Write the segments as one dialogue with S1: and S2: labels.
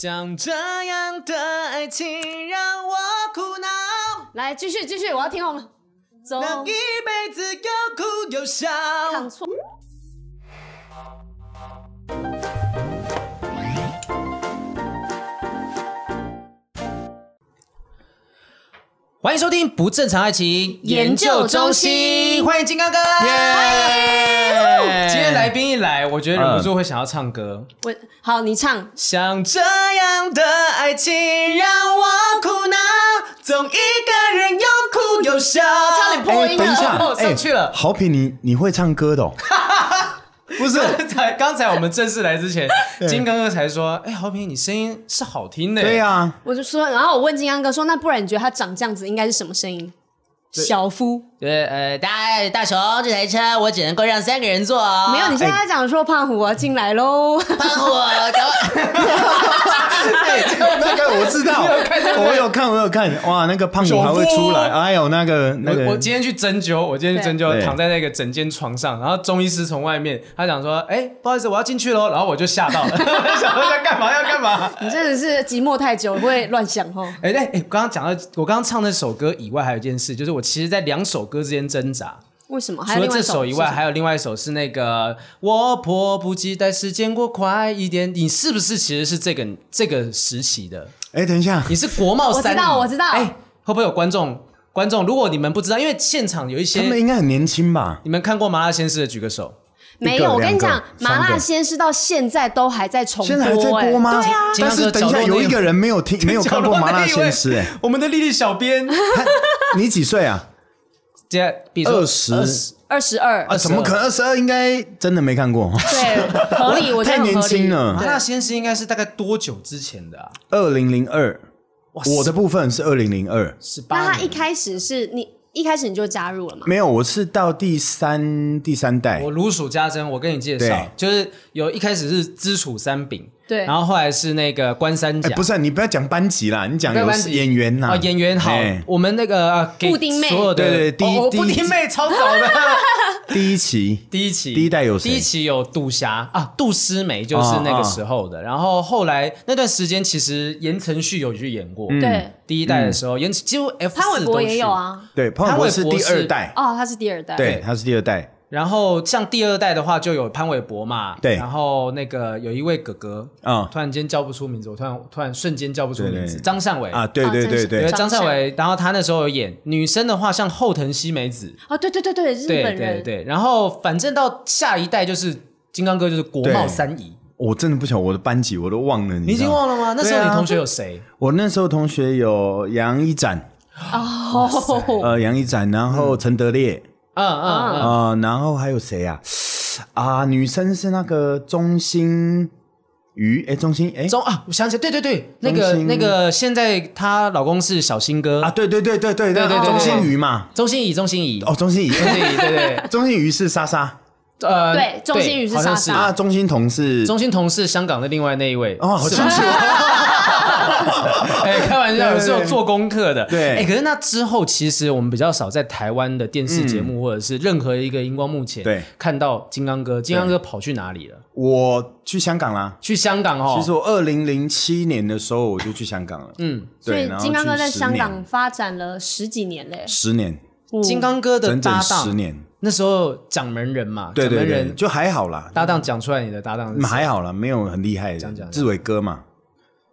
S1: 像这样的爱情让我苦恼，
S2: 来，继续继续，我要听红。走，
S1: 那一辈子又哭又笑。
S2: 唱错。
S1: 欢迎收听不正常爱情
S2: 研究中心
S1: 欢迎金刚哥。哎
S3: 耶！
S1: 今天来宾一来，我觉得忍不住会想要唱歌。
S2: 我好，你唱。
S1: 像这样的爱情让我苦恼，总一个人又哭又笑。差点
S2: 破音了
S3: 等一下，
S1: 哦、上
S3: 哎
S1: 去了。
S3: 好品，你你会唱歌的哦？
S1: 不是， 才刚才我们正式来之 前，金刚哥才说：“哎、豪平，你声音是好听的。”
S3: 对呀，
S2: 我就说，然后我问金刚哥说，那不然你觉得他长这样子应该是什么声音？小夫，
S1: 呃呃，大大雄，这台车我只能够让三个人坐哦
S3: 啊
S2: 没有，你现在讲说胖虎我要进来喽，
S1: 胖虎，赶快！
S3: 那个我知道，我有看，我有看，哇，那个胖虎还会出来，
S1: 小夫
S3: 哎呦，那个那
S1: 我我
S3: 个，
S1: 今天去针灸，我今天去针灸，
S3: 对
S1: 躺在那个整间床上，然后中医师从外面，他讲说：“哎、不好意思，我要进去喽。”然后我就吓到了， 想说要干嘛要干嘛。
S2: 你真的是寂寞太久，不会乱想哦。
S1: 哎、哎、哎刚刚讲到，我刚刚唱那首歌以外，还有一件事，就是我其实，在两首歌之间挣扎。
S2: 为什么？还
S1: 除了
S2: 有另外
S1: 这
S2: 一首
S1: 以外，
S2: 是什么
S1: 还有另外一首是那个“我迫不及待，时间过快一点”。你是不是其实是这个这个时期的？
S3: 哎，等一下，
S1: 你是国贸三？
S2: 我知道我知道
S1: 哎、会不会有观众？观众，如果你们不知道，因为现场有一些
S3: 他们应该很年轻吧？
S1: 你们看过《麻辣鲜师》的举个手。
S2: 没有，我跟你
S3: 两
S2: 讲，
S3: 个
S2: 麻
S3: 三
S2: 辣
S3: 个
S2: 鲜师到现在都还在重播、
S3: 现
S2: 欸，
S3: 在还在播吗？
S2: 对啊，
S3: 但是等一下，有一个人没有听，没有看过《麻辣鲜师》哎，
S1: 我们的丽丽小编，
S3: 你几岁啊？
S1: 现在比如说
S3: 20
S1: 20
S2: 二十二，
S3: 啊，怎么可能？二十二应该真的没看过。
S2: 对，合理，我觉得很
S3: 太
S2: 合理
S3: 年轻了
S1: 麻辣鲜师应该是大概多久之前的啊？
S3: 二零零二，我的部分是二零零二，
S1: 十八。
S2: 那他一开始是你一开始你就加入了吗？
S3: 没有，我是到第三第三代
S1: 我，如数家珍，我跟你介绍
S3: 哎对，
S1: 就是有一开始是知楚三丙，
S2: 对
S1: 然后后来是那个关三
S3: 哎
S1: 甲，，
S3: 不是啊，你不要讲班级啦，你讲
S1: 不要
S3: 有
S1: 班级
S3: 演员呐，
S1: 啊，演员好
S3: 哎，
S1: 我们那个啊给
S2: 布丁妹
S1: 所有的
S3: 对对第一
S1: 哦
S3: 第一
S1: 布丁妹超早 的，
S3: 第一期，
S1: 第一期
S3: 第一代有谁啊
S1: 第一期有杜霞啊，杜诗梅就是那个时候的，然后后来那段时间其实言承旭有去演
S3: 嗯
S1: 过，
S2: 对，
S1: 第一代的时候，言几乎 F
S2: 潘玮
S1: 四都
S2: 柏
S1: 去
S2: 也有，啊，
S3: 对，潘玮柏是第二代，
S2: 哦，他是第二代，
S1: 哎
S3: 对，他是第二代，
S1: 然后像第二代的话就有潘玮柏嘛，
S3: 对
S1: 然后那个有一位哥哥
S3: 嗯
S1: 突然间叫不出名字，我突然突然瞬间叫不出名
S3: 对
S1: 字，
S3: 对
S1: 张善伟
S3: 啊，。对
S2: 哦
S3: 对
S2: 真
S3: 对
S2: 是
S3: 对
S1: 对，
S2: 张
S1: 张善
S2: 善
S1: 伟，然后他那时候有演女生的话，像后藤希美子，
S2: 哦，对对对对，日
S1: 对
S2: 本
S1: 对
S2: 人，
S1: 对，然后反正到下一代就是金刚哥，就是国贸三姨，
S3: 我真的不晓得我的班级，我都忘了。
S1: 你已
S3: 知道
S1: 经
S3: 吗？
S1: 忘了吗？那时候
S3: 对
S1: 你
S3: 啊
S1: 同学有谁？
S3: 我那时候同学有杨一展，
S2: 哦，
S3: 呃，杨一展，然后陈德烈，
S1: 嗯嗯嗯，
S3: 啊，然后还有谁啊？啊，女生是那个钟欣瑜，哎，钟欣，哎，
S1: 中啊，我想起来，对对对，那个
S3: 中心
S1: 那个，现在她老公是小新哥
S3: 啊，对对对对对
S1: 对对对
S3: 钟欣
S1: 对
S3: 瑜嘛，
S1: 钟欣怡，钟欣怡，
S3: 哦，钟欣瑜，
S1: 钟欣怡，对 对，
S3: 钟欣瑜是莎莎
S1: 呃，
S2: 对钟欣怡是
S1: 好像
S2: 莎莎
S3: 啊，钟欣彤是
S1: 钟欣彤是香港的另外那一位，
S3: 哦，好
S1: 是吧
S3: 像是，
S1: 哎， 开玩笑，
S3: 对对对
S1: 有是有做功课的。
S3: 对
S1: 哎，可是那之后，其实我们比较少在台湾的电视节目或者是任何一个荧光幕前
S3: 对
S1: 看到金刚哥。金刚哥跑去哪里了？
S3: 我去香港啦。
S1: 去香港哦。
S3: 其实我二零零七年的时候我就去香港了，嗯，
S2: 所以
S3: 对，然后
S2: 金刚哥
S3: 去
S2: 在
S3: 10
S2: 香
S3: 年
S2: 港发展了十几年嘞，
S3: 十年，
S2: 哦
S1: 金刚哥的
S3: 整
S1: 搭
S3: 整
S1: 档
S3: 十年，
S1: 那时候掌门人嘛，
S3: 对
S1: 掌
S3: 对
S1: 门
S3: 对，
S1: 人
S3: 就还好啦，嗯
S1: 搭档讲出来你的搭档是谁
S3: 还好啦，没有很厉害
S1: 讲
S3: 的
S1: 讲，
S3: 志伟哥嘛，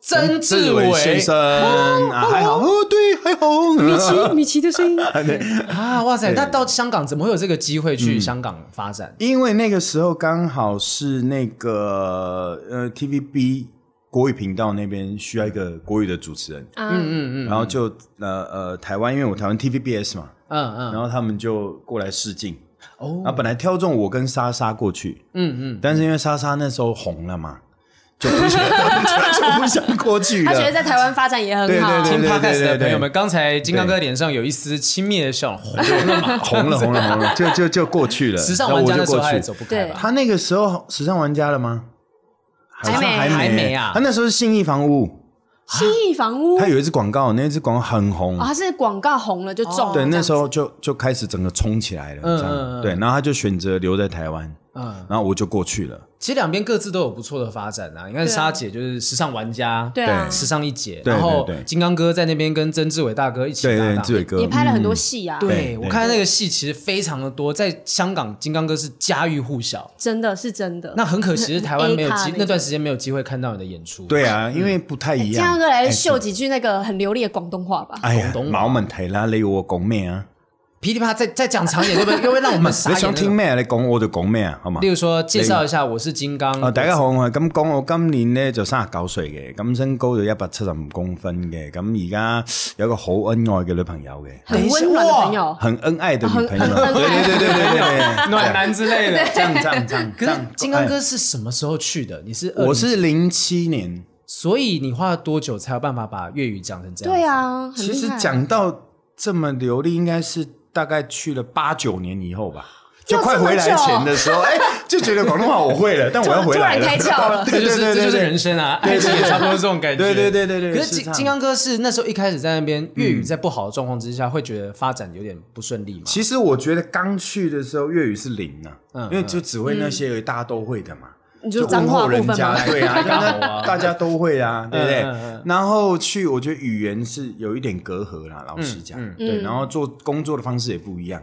S1: 曾志
S3: 伟
S1: 伟
S3: 先生啊，还好，哦，对，还
S2: 米
S3: 好，
S2: 奇米奇的声音，
S1: 啊，哇塞，他到香港怎么会有这个机会
S3: 嗯
S1: 去香港发展？
S3: 因为那个时候刚好是那个呃 TVB 国语频道那边需要一个国语的主持人，
S2: 嗯，
S1: 嗯嗯
S3: 然后就呃呃台湾，因为我台湾 TVBS 嘛，
S1: 嗯嗯，
S3: 然后他们就过来试镜，
S1: 哦，
S3: 啊，本来挑中我跟莎莎过去，
S1: 嗯嗯，
S3: 但是因为莎莎那时候红了嘛，就 不想就不想过去
S2: 他觉得
S3: 了。
S2: 在台湾发展也很
S3: 对对
S2: 好，
S3: 对
S1: 听
S3: 对
S1: podcast 的朋友们，
S3: 对
S1: 刚才金刚哥脸上有一丝轻蔑的笑容，
S3: 红了，红了， 红了，就就就过去了。
S1: 时尚玩家那
S3: 然后
S1: 时候
S3: 我
S1: 他也
S3: 就
S1: 走
S3: 过去。
S1: 不开
S2: 对
S1: 吧？
S3: 他那个时候时尚玩家了吗？
S2: 还
S3: 好像
S2: 没
S3: 还没，
S1: 还没啊哦
S3: 他那时候是信义房屋，
S2: 新意房屋，
S3: 他
S2: 啊，
S3: 有一支广告，那支广告很红。
S2: 他是广告红了就中了，
S3: 对，
S2: 这
S3: 那
S2: 样
S3: 时候就就开始整个冲起来了，
S1: 嗯
S3: 这
S1: 嗯嗯
S3: 样对，然后他就选择留在台湾，
S1: 嗯
S3: 嗯，然后我就过去了。
S1: 其实两边各自都有不错的发展啊。你看
S2: 对啊
S1: 莎姐就是时尚玩家，
S2: 对啊，
S1: 时尚一姐，
S3: 对
S1: 然后
S3: 对对
S1: 金刚哥在那边跟曾志伟大哥一起
S3: 对
S1: 搭
S3: 对，
S1: 档。
S3: 志伟哥
S2: 也拍了很多
S3: 嗯
S2: 戏啊，
S3: 对
S1: 对，我
S3: 对
S1: 看那个戏其实非常的多，在香港金刚哥是家喻户晓，
S2: 真的是真的。
S1: 那很可惜是台湾没有
S2: A 咖
S1: 机
S2: 那种
S1: 那段时间没有机会看到你的演出。，
S3: 对啊，因为不太一
S2: 金
S3: 样。
S2: 刚哥来
S3: 哎
S2: 秀几句那个很流利的广东话吧。
S3: 哎呀
S1: 广，东话
S3: 冇问题啦，你我讲咩啊？
S1: 噼里啪啦再再讲长一点，对不 对？因为让我们傻
S3: 你
S1: 眼
S3: 想听
S1: 了。
S3: 咩？你讲我就讲咩啊，好嘛
S1: 例？如说，介绍一下我是金刚，
S3: 啊，大家好，我係咁講，我今年咧就三十九歲嘅，咁身高就一百七十五公分嘅，咁而家有一個好恩愛嘅女朋友嘅，
S2: 很温暖的朋
S1: 哦
S2: 友，
S3: 很恩愛的女朋友，
S2: 很很
S3: 對
S2: 恩愛
S3: 對對對對對，
S1: 暖男之类的。
S3: 这样这样这样
S1: 可
S3: 这
S1: 是
S3: 样。
S1: 金刚哥是什么时候去的？你是
S3: 哎，我
S1: 20，
S3: 是零七年，
S1: 所以你花了多久才有办法把粤语讲成这样？
S2: 对，啊，很
S3: 其
S2: 厉
S3: 实
S2: 害。
S3: 讲到这么流利，应该是大概去了八九年以 后吧。就
S2: 要这么
S3: 快
S2: 久
S3: 回来前的时候，哎，就觉得广东话我会了，但我要回来
S2: 突然开窍了
S1: 这
S3: 对
S1: 就
S3: 对
S1: 是
S3: 对
S1: 这
S3: 对
S1: 就是
S3: 对，
S1: 人生啊，爱
S3: 对
S1: 情也差不多这种感觉。
S3: 对对对对对
S1: 可
S3: 对
S1: 是
S3: 是这
S1: 金
S3: 样
S1: 金刚哥是那时候一开始在那边粤语在不好的状况之下，会觉得发展有点不顺利嘛？
S3: 其实我觉得刚去的时候粤语是零啊，
S1: 嗯
S3: 因为就只会那些大家都会的嘛，
S2: 你嗯就
S3: 就是
S2: 脏
S3: 问
S2: 话
S3: 候人
S2: 部分
S3: 家
S2: 吗？
S3: 对 啊，
S1: 大家
S3: 大
S1: 好啊
S3: 家大家都会啊，对不对
S1: 嗯嗯嗯？
S3: 然后去，我觉得语言是有一点隔阂啦，老实讲
S1: 嗯，
S3: 对，然后做工作的方式也不一样，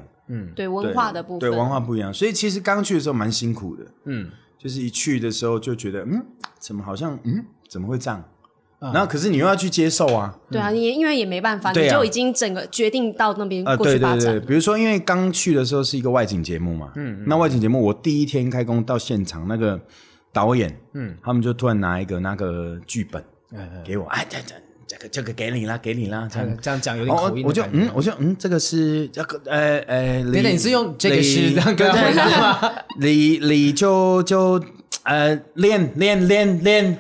S2: 对
S3: 对
S2: 文化的部分，
S3: 嗯
S2: 啊
S3: 对文化不一样，所以其实刚去的时候蛮辛苦的，
S1: 嗯，
S3: 就是一去的时候就觉得，嗯，怎么好像，嗯，怎么会这样？然后可是你又要去接受啊，
S2: 对啊，你也因为也没办法，
S3: 对
S2: 你
S3: 啊
S2: 就已经整个决定到那边
S3: 啊，
S2: 过去
S3: 对
S2: 发
S3: 对对，
S2: 展。
S3: 比如说，因为刚去的时候是一个外景节目嘛，嗯，那外景节目我第一天开工到现场，那个导演，嗯，他们就突然拿一个那个剧本给我，哎，这这这个这个给你啦，给你啦，
S1: 这
S3: 这样
S1: 样。这样讲有点
S3: 哦
S1: 口，音
S3: 我
S1: 的
S3: 就
S1: 感觉。
S3: 嗯，我就嗯，这个是这个呃呃，
S1: 等
S3: 等
S1: 等，你是用这个是这样跟他回
S3: 对
S1: 答吗？
S3: 李李就就呃练练练练，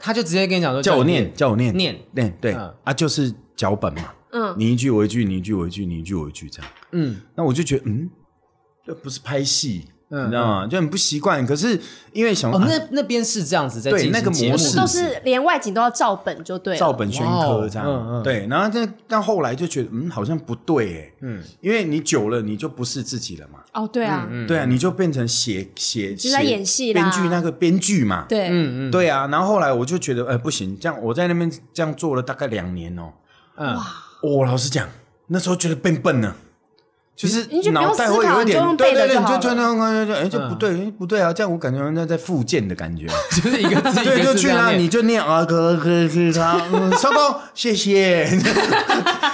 S1: 他就直接跟你讲说
S3: 叫我念，叫我念
S1: 念
S3: 念，对
S1: 嗯
S3: 啊，就是脚本嘛，
S2: 嗯，
S3: 你一句我一句，你一句我一句，你一句我一句这样。
S1: 嗯，
S3: 那我就觉得，嗯，这不是拍戏，
S1: 嗯
S3: 你知道吗？就很不习惯。可是因为想、
S1: 哦，
S3: 啊、
S1: 那那边是这样子在
S3: 对
S1: 进行
S3: 那个
S1: 节目
S3: 模式
S2: 都是连外景都要照本就对了，
S3: 照本宣
S1: 哇哦
S3: 科这样，
S1: 嗯嗯
S3: 对。然后但但后来就觉得，嗯，好像不对哎，嗯，因为你久了你就不是自己了嘛，
S2: 哦，对啊，
S1: 嗯
S3: 对啊，你就变成写写
S2: 就在
S3: 写
S2: 演戏啦
S3: 编剧那个编剧嘛，
S2: 对，
S3: 嗯，对啊。然后后来我就觉得，呃，不行，这样我在那边这样做了大概两年哦，
S1: 嗯，
S3: 我老实讲，那时候觉得变笨了。就是
S2: 你就不用
S3: 脑袋会有一
S2: 思考你就
S3: 点，
S2: 用
S3: 对
S2: 背的
S3: 对对，
S2: 就
S3: 你
S2: 好
S3: 就
S2: 了
S3: 就就就哎，就
S1: 嗯
S3: 不对，哎不对啊！这样我感觉好像在复健的 感觉。
S1: 就是一个字
S3: 对，
S1: 一
S3: 就
S1: 个字
S3: 去
S1: 这样
S3: 啊，
S1: 念
S3: 你就念啊，可可可他，嗯 收工，谢谢，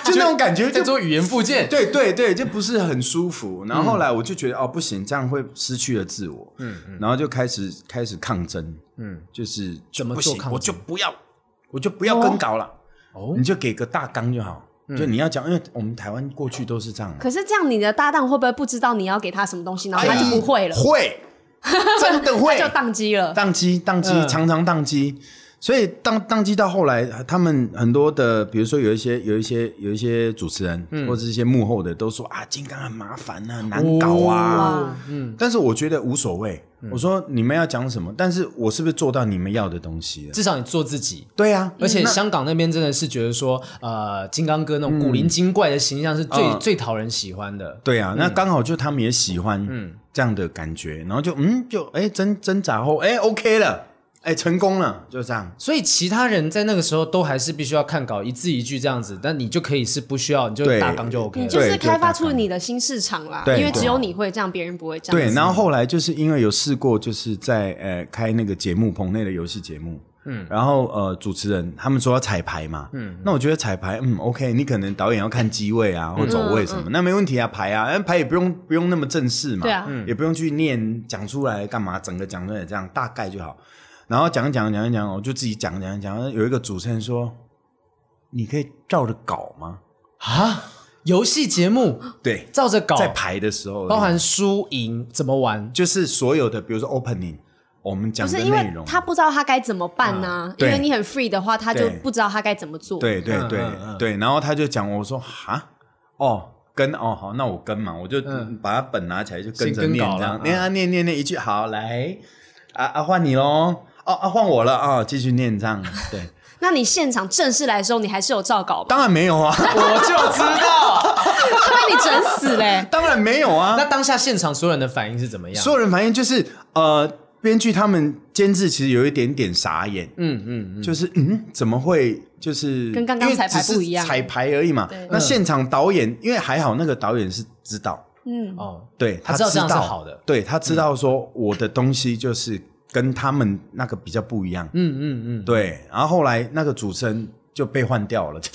S3: 就那种感觉，
S1: 在
S3: 就
S1: 做语言附件。
S3: 对对对，就不是很舒服。然后后来我就觉得哦，不行，这样会失去了自我，嗯嗯，然后就开始开始抗争，嗯，就是
S1: 怎么
S3: 不
S1: 做
S3: 行
S1: 抗，
S3: 我
S1: 争
S3: 就不要，我就不要跟稿了，
S1: 哦嗯
S3: 你，就给个大纲就好，就你要讲，因为我们台湾过去都是这样嘛，
S2: 可是这样，你的搭档会不会不知道你要给他什么东西，然后他
S3: 哎
S2: 就不会了，
S3: 会，真的
S2: 他
S3: 会
S2: 就宕机了？
S3: 宕机，宕机，
S1: 嗯
S3: 常常宕机。所以宕宕机到后来，他们很多的，比如说有一些有一些有一些主持人、或者是一些幕后的，都说啊，金刚很麻烦啊，很难搞啊。
S2: 哇，
S3: 但是我觉得无所谓。我说你们要讲什么，但是我是不是做到你们要的东西了？
S1: 至少你做自己。
S3: 对啊，
S1: 而且
S3: 那
S1: 香港那边真的是觉得说，呃，金刚哥那种古灵精怪的形象是最、
S3: 嗯
S1: 最讨人喜欢的。
S3: 对啊，那刚好就他们也喜欢这样的感觉，然后就嗯，就哎挣挣扎后哎 OK 了，哎成功了，就这样。
S1: 所以其他人在那个时候都还是必须要看稿，一字一句这样子，但你就可以是不需要，你就
S3: 对
S1: 大纲就 OK
S2: 你
S1: 了。
S2: 就是
S3: 对
S2: 开发出你的新市场啦，
S3: 对
S2: 因为
S3: 对
S2: 只有你会这样，别人不会这样
S3: 对，
S2: 子。
S3: 然后后来就是因为有试过，就是在呃开那个节目棚内的游戏节目，嗯，然后呃主持人他们说要彩排嘛，嗯，那我觉得彩排，嗯，OK，你可能导演要看机位
S1: 嗯
S3: 啊或走位什么，那没问题啊，排啊，但排也不用不用那么正式嘛，
S2: 对啊，
S3: 也不用去念讲出来干嘛，整个讲出来这样大概就好。然后讲一讲讲一讲，我就自己讲讲讲，有一个主持人说，你可以照着稿吗？
S1: 啊，游戏节目
S3: 对，
S1: 照着稿，
S3: 在排的时候
S1: 包含输赢怎么玩，
S3: 就是所有的，比如说 opening，我们
S2: 不
S3: 讲的
S2: 是因为
S3: 内容，嗯
S2: 他不知道他该怎么办呐，因
S3: 对
S2: 为你很 free 的话，他就
S3: 对
S2: 不知道他该怎么做。
S3: 对对
S1: 嗯
S3: 对
S1: 嗯嗯
S3: 对，然后他就讲，我说哈，哦，跟哦好，那我跟嘛，我就
S1: 嗯
S3: 把他本拿起来就跟
S1: 先
S3: 着
S1: 跟
S3: 念
S1: 稿
S3: 这
S1: 了嗯
S3: 样，念啊念念念一句好来，啊啊换你喽，哦啊换我了啊、哦，继续念这样， 对，
S2: 那你现场正式来的时候，你还是有照稿吧？
S3: 当然没有啊，
S1: 我就知道，
S2: 他把你整死嘞！
S3: 当然没有啊
S1: 那，当下现场所有人的反应是怎么样？
S3: 所有人反应就是呃，编剧他们监制其实有一点点傻眼，
S1: 嗯嗯，
S3: 就是嗯，怎么会就是
S2: 跟刚刚
S3: 因为
S2: 彩排
S3: 只是
S2: 不一样
S3: 彩排而已嘛
S2: 对。
S1: 嗯
S3: 那现场导演因为还好那个导演是知道，
S2: 嗯，
S1: 哦，
S3: 对
S1: 他知
S3: 知
S1: 道
S3: 道
S1: 这样是好的嗯
S3: 对他知道说我的东西就是跟他们那个比较不一样，
S1: 嗯嗯嗯，
S3: 对。然后后来那个主持人就被换 掉了。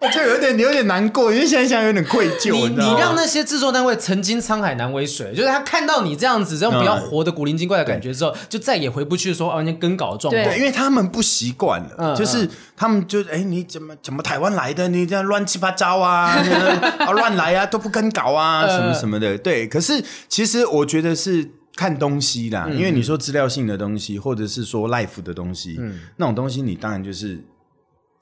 S3: 我就有点有点难过，因为现在想有点愧疚，
S1: 你
S3: 知
S1: 你
S2: 啊
S3: 道吗
S1: 让那些制作单位曾经沧海难为水，就是他看到你这样子，这种比较活的古灵精怪的感觉之后，就再也回不去说哦，那跟稿的状
S3: 对，
S1: 况。
S3: 因为他们不习惯了，
S1: 嗯
S3: 就是他们就哎、你怎么怎么台湾来的？你这样乱七八 糟啊，你这啊乱来啊，都不跟稿啊，
S1: 嗯
S3: 什么什么的。对，可是其实我觉得是看东西
S1: 嗯
S3: 啦，因为你说资料性的东西，或者是说 life 的东西，
S1: 嗯
S3: 那种东西你当然就是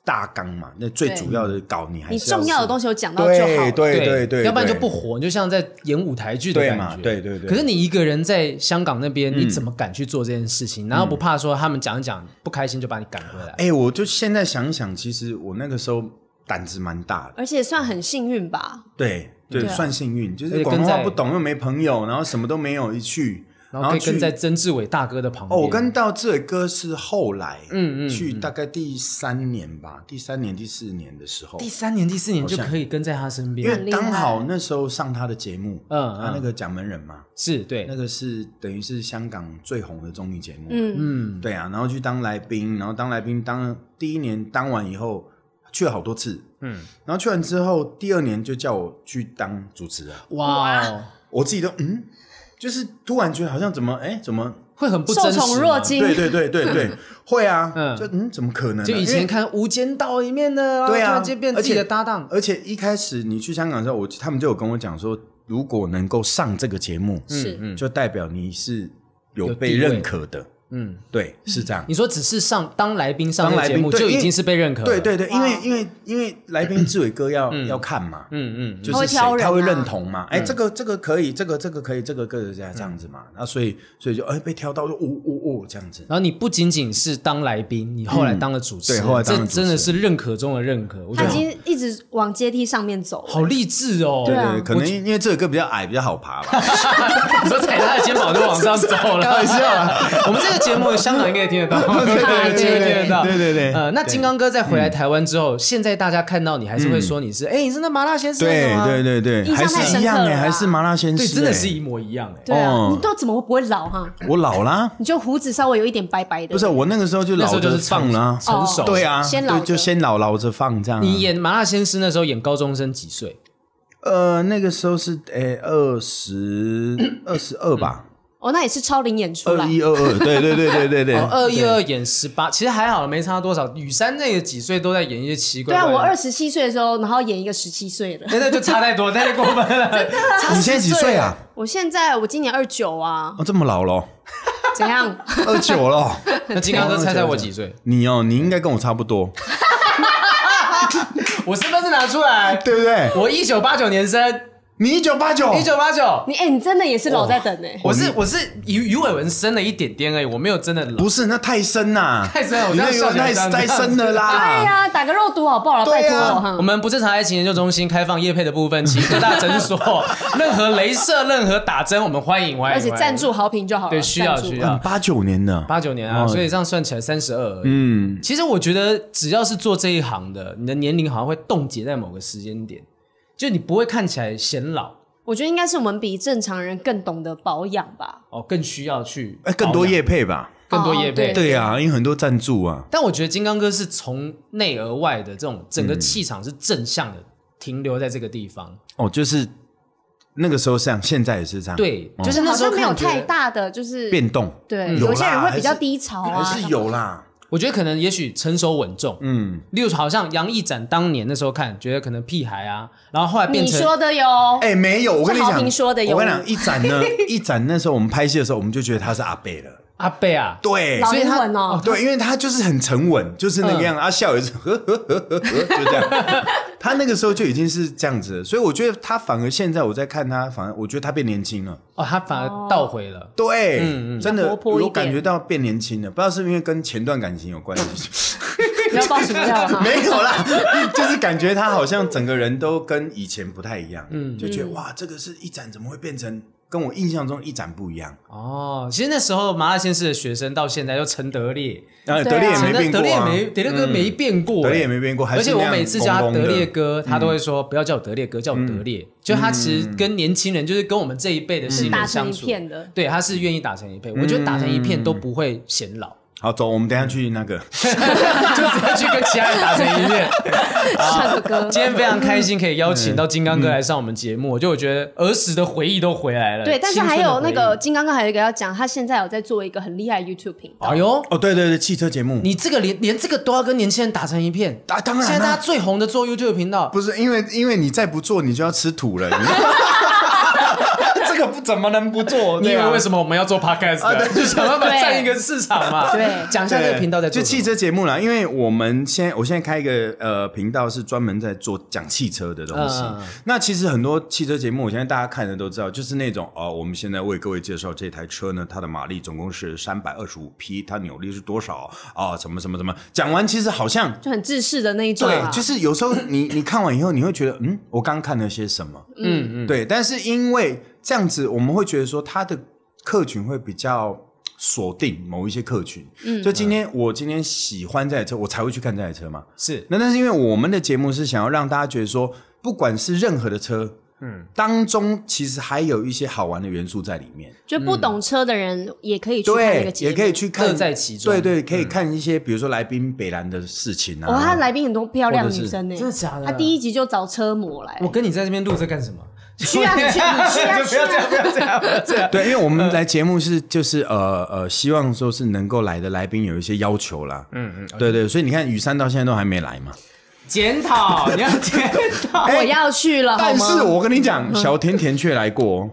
S3: 大纲嘛，那最
S2: 对
S3: 主要的稿你还是
S2: 你重要的东
S3: 西
S2: 西有讲到就好
S3: 对
S2: 了。
S3: 对对对，
S1: 要不然就
S3: 对
S1: 不火，你就像在演舞台剧的
S3: 对
S1: 感
S3: 嘛
S1: 觉。
S3: 对对对嗯
S1: 可是你一个人在香港那边，你怎么敢去做这件事情？然后不怕说他们讲一讲不开心就把你赶回来？
S3: 哎、我就现在想想，其实我那个时候胆子蛮大的。
S2: 而且算很幸运吧，
S3: 对对，
S2: 对啊
S3: 算幸运，就
S1: 而且跟
S3: 是广东话
S1: 在
S3: 不懂，又没朋友，然后什么都没有，一去，
S1: 然后可以
S3: 去
S1: 跟在曾志伟大哥的旁边。
S3: 哦，我跟到这歌是后来，
S1: 嗯嗯
S3: 去大概第三年吧，第三年第四年的时候，
S1: 第三年、第四年
S3: 好
S1: 就
S3: 像
S1: 可以跟在他身
S3: 因
S1: 边，
S3: 为刚好那时候上他的节目，
S1: 嗯嗯
S3: 他那个蒋门人嘛，
S1: 是对
S3: 那，个是等于是香港最红的综艺节目，
S2: 嗯，
S1: 嗯，
S3: 对啊，然后去当来宾，然后当来宾当第一年当完以后去了好多次，
S1: 嗯
S3: 嗯，然后去完之后第二年就叫我去当主持人。
S1: 哇哦，
S3: 我自己都嗯，就是突然觉得好像怎么哎、怎么
S1: 会很不真实吗。
S2: 受宠若惊
S3: 对对对对对，会啊，
S1: 嗯
S3: 就嗯怎么可能呢、
S1: 就以
S3: 因
S1: 前
S3: 为
S1: 看《无间道》里面的，然后
S3: 对啊
S1: 突然间变自己的
S3: 而且
S1: 搭档，
S3: 而且一开始你去香港的时候，我他们就有跟我讲说，如果能够上这个节目，
S2: 是
S1: 嗯
S3: 就代表你是有
S1: 有
S3: 被
S1: 地位
S3: 认可的，
S1: 嗯，
S3: 对，是这样。
S1: 你说只是上当来宾上
S3: 当
S1: 那个
S3: 来
S1: 节
S3: 宾
S1: 目
S3: 对
S1: 就已
S3: 因为
S1: 经是被认可了，
S3: 对对对，因为
S2: 哇
S3: 因为因为来宾志伟哥要要看嘛，
S1: 嗯，嗯嗯，
S3: 就
S2: 他会
S3: 是谁
S2: 挑人
S3: 他会
S2: 啊
S3: 认同嘛？哎，这个这个可以，这个这个可以，这个这个这样这样子
S1: 嗯
S3: 嘛？那所以所以就哎被挑到就呜呜呜这样子，
S1: 然后你不仅仅是当来宾，你后来当了主持人，
S3: 嗯对后来当了
S1: 这
S3: 主持
S1: 真
S3: 人
S1: 的是认可中的认可，我觉得
S2: 他已
S1: 好
S2: 经一直往阶梯上面走了。
S1: 好励志哦。
S2: 对啊
S3: 对，呃可能因为这个歌比较矮，比较好 爬吧。
S1: 你说踩他的肩膀就往上走 了，开玩笑啊！ 我们这个节目香港应该也听得到， 对
S2: 对
S1: 听得到，
S3: 对对对嗯
S1: 呃，那金刚哥在回来台湾之后，现在大家看到你还是会说你是，哎，你是那麻辣先生
S3: 对
S1: 吗？
S3: 对对对，
S2: 印
S3: 还
S2: 象太
S3: 是
S2: 深
S3: 一
S2: 刻
S3: 样
S2: 了
S3: 哎，
S2: 啦
S3: 还是麻辣鲜师，
S1: 对，真的是
S3: 哎
S1: 一模一样哎。
S2: 对啊，
S3: 哦
S2: 你都怎么不会老哈？
S3: 我老啦，
S2: 你就胡子稍微有一点白白的，
S3: 不是我那个时候就
S1: 那时
S3: 老
S1: 候就
S3: 着
S1: 是
S3: 放了啊，
S1: 成熟，
S2: 哦
S3: 对啊，
S2: 先老
S3: 对，就
S2: 着
S3: 先老老着放这样啊。
S1: 你演麻辣鲜师那时候演高中生几岁？
S3: 呃那个时候是哎二十二十二吧，
S2: 哦，那也是超龄演出
S3: 二
S2: 来，
S3: 一二二，对对对对对对，
S2: 哦
S1: 二一二演十八，其实还好，没差多少。雨珊那个几岁都在演一些奇怪
S2: 对
S1: 怪
S2: 啊，
S1: 的。
S2: 我二十七岁的时候，然后演一个十七岁的。
S1: 哎， 那就差太多，太过分了。
S3: 你现在几岁啊？
S2: 我现在我今年二九啊，
S3: 哦，这么 老咯，
S2: 怎样？
S3: 二九了。 哦
S1: 那金刚哥猜猜我几 岁？
S3: 你哦，你应该跟我差不多，
S1: 我身份证拿出来，
S3: 对不对？
S1: 我一九八九年生，
S3: 你一九八九，
S1: 一九八九。
S3: 哦
S2: 你哎、你真的也是老在等哎、
S1: 我是我是鱼鱼尾纹深了一点点而已，我没有真的老。
S3: 不是那太深啦，
S1: 太深了我
S3: 你
S1: 这样
S3: 那
S1: 笑
S3: 个
S1: 起来
S3: 太
S1: 这样
S3: 太深了啦。
S2: 对呀、打个肉毒好不好啦？
S3: 对啊
S2: 拜托我哈
S1: 我。们不正常爱情研究中心开放业配的部分，请各大诊所、任何镭射、任何打针，我们欢迎欢迎。
S2: 而且
S1: 欢迎
S2: 赞助好评就好了，
S1: 对需要
S2: 赞助
S1: 需要
S3: 嗯，八九年的，
S1: 八九年啊，
S3: 哦
S1: 所以这样算起来三十二。嗯，
S3: 嗯，
S1: 其实我觉得，只要是做这一行的，你的年龄好像会冻结在某个时间点，就你不会看起来显老
S2: 我觉得应该是我们比正常人更懂得保养吧。
S1: 哦，更需要去
S3: 哎，更多
S1: 保养
S3: 业配吧，
S1: 更多
S2: 哦
S1: 业配。
S2: 对
S3: 对呀、因为很多赞助啊，
S1: 但我觉得金刚哥是从内而外的这种整个气场是正向的，停留在这个地方。
S3: 哦，就是那个时候是这样，现在也是这样，
S1: 对，
S3: 哦
S1: 就是那
S2: 好
S1: 时候
S2: 像没有
S1: 看觉得
S2: 太。大的就是
S3: 变动，
S2: 对，
S3: 嗯有
S2: 有
S3: 啦
S2: 些人会比较
S3: 还是
S2: 低潮
S3: 还
S2: 啊，
S3: 是有啦，
S1: 我觉得可能也许成熟稳重，
S3: 嗯，
S1: 例如好像杨毅展当年那时候看，觉得可能屁孩啊，然后后来变
S2: 你
S1: 成
S2: 说的哟。
S3: 哎、没有，我跟你
S2: 是豪
S3: 讲，
S2: 平说的有
S3: 我跟你讲，一展 呢，一展那时候我们拍戏的时候，我们就觉得他是阿贝了，
S1: 阿贝啊，
S3: 对。
S2: 老
S1: 所以
S2: 英
S1: 他
S2: 文哦，
S3: 对，因为他就是很沉稳，就是那个样子。啊，笑也是 呵呵呵呵呵，就这样。他那个时候就已经是这样子了，所以我觉得他反而现在我在看他，反而我觉得他变年轻了。
S1: 哦，他反而倒回了。
S3: 对，
S1: 嗯嗯
S3: 真的
S2: 活泼一点
S3: 有感觉到变年轻了，不知道是不是因为跟前段感情有关系。
S2: 不要爆什么料了哈。
S3: 没有啦， 就是感觉他好像整个人都跟以前不太一样，嗯，就觉得哇，这个是一展怎么会变成跟我印象中一展不一样？
S1: 哦，其实那时候麻辣鲜师的学生到现在就陈德烈，
S3: 然后
S2: 对
S3: 德
S2: 啊
S3: 烈也没
S1: 那
S3: 变过
S1: 德烈也
S3: 啊，
S1: 没德烈哥没变过、哎
S3: 德烈也没变过还是
S1: 而且我
S3: 那样
S1: 每次叫他
S3: 公公
S1: 德
S3: 的嗯
S1: 烈哥，他都会说不要叫我德烈哥，叫我德烈。就他其实跟年轻人，就是跟我们这一辈的新
S2: 嗯是打
S1: 人
S2: 成
S1: 相
S2: 一
S1: 处，
S2: 片 的，
S1: 对，他是愿意打成一片。
S3: 嗯
S1: 我觉得打成一片都不会显老，嗯
S3: 好，嗯走，我们等一下去那个，
S1: 就直接去跟其他人打成一 片。
S2: 唱个 歌。
S1: 今天非常开心可以邀请到金刚哥来上我们节
S3: 嗯
S1: 目，就我觉得儿时的回忆都回来了。
S2: 对，但是还有那
S1: 青春的
S2: 个
S1: 回忆，
S2: 金刚刚还有一个要讲，他现在有在做一个很厉害的 YouTube 频道
S1: 哎，呦，
S3: 哦，对对对，汽车节目，
S1: 你这个连连这个都要跟年轻人打成一片，
S3: 啊当然啊
S1: 现在大家最红的做 YouTube 频道，
S3: 不是因为因为你再不做，你就要吃土了，你 这个不怎么能不做？
S1: 你以
S3: 对
S1: 为
S3: 啊
S1: 为什么我们要做 podcast？
S3: 啊
S1: 呢
S3: 对
S1: 就想办法
S2: 对
S1: 占一个市场嘛。
S2: 对
S1: 讲一下这个
S3: 对
S1: 频道在做
S3: 就
S1: 什
S3: 汽
S1: 么。
S3: 车节目啦，因为我们现在我现在开一个呃频道是专门在做讲汽车的东西。
S1: 嗯
S3: 那其实很多汽车节目，我现在大家看的都知道，就是那种哦，我们现在为各位介绍这台车呢，它的马力总共是三百二十五匹，它扭力是多少啊、什么什么什么。讲完其实好像
S2: 就很自视的那一种啊
S3: 对，。就是有时候你你看完以后，你会觉得，嗯，我刚看了些什么？嗯嗯，对。但是因为这样子，我们会觉得说，他的客群会比较锁定某一些客群。嗯，就今天我今天喜欢这台车，我才会去看这台车嘛。
S1: 是
S3: 那但是因为我们的节目是想要让大家觉得说，不管是任何的车，嗯，当中其实还有一些好玩的元素在里面。
S2: 就不懂车的人也可以去看那个
S3: 对，
S2: 节目，
S3: 也可以去
S1: 乐
S3: 看
S1: 在其中
S3: 对对，可以看一些，比如说来宾北兰的事情啊。
S2: 哇，他来宾很多漂亮的女生呢、
S1: 真的假的
S2: 他第一集就找车模来，
S1: 我跟你在这边录这干什么？
S2: 去啊，你去，你去啊，
S1: 就不
S2: 去
S1: 要这样，
S2: 啊！
S1: 不要这样，不要这样。
S3: 对，因为我
S1: 嗯
S3: 们来节目是就是呃呃，希望说是能够来的来宾有一些要求啦。嗯嗯，对对，所以你看雨山到现在都还没来嘛。
S1: 检讨，你要检讨。
S2: 我要去
S1: 啊
S2: 了，好
S3: 但是
S2: 吗？
S3: 我跟你讲，小甜甜却来过哦。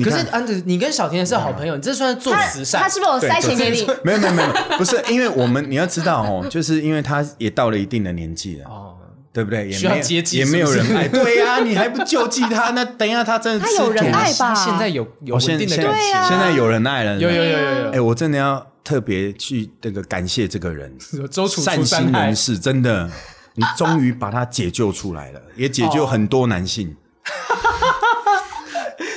S1: 嗯可
S3: 看
S1: 是安德，你跟小甜甜是好朋友，你这算是做慈
S2: 他
S1: 善
S2: 他。是不是有塞钱给你？
S3: 没有没有没有，不是因为我们你要知道哦，就是因为他也到了一定的年纪了，
S1: 哦，
S3: 对不对？也
S1: 需要
S3: 没有
S1: 接济
S3: 也没有
S1: 是不是
S3: 人 爱。对呀，你还不救济他？那等一下他真的
S2: 他
S3: 吃
S2: 有人
S3: 土了
S2: 爱
S1: 他
S2: 吧
S1: 现在有有
S3: 哦
S1: 稳
S3: 现
S1: 定的
S3: 现
S1: 感
S3: 在
S1: 情，啊
S3: 现在有人爱了，
S1: 有有有有
S3: 哎、
S1: 有
S3: 我真的要特别去那个感谢这个人，
S1: 有，周楚
S3: 善
S1: 除
S3: 心
S1: 三害
S3: 人。士，真的，你终于把他解救出来了，也解
S1: 哦
S3: 救很多男性。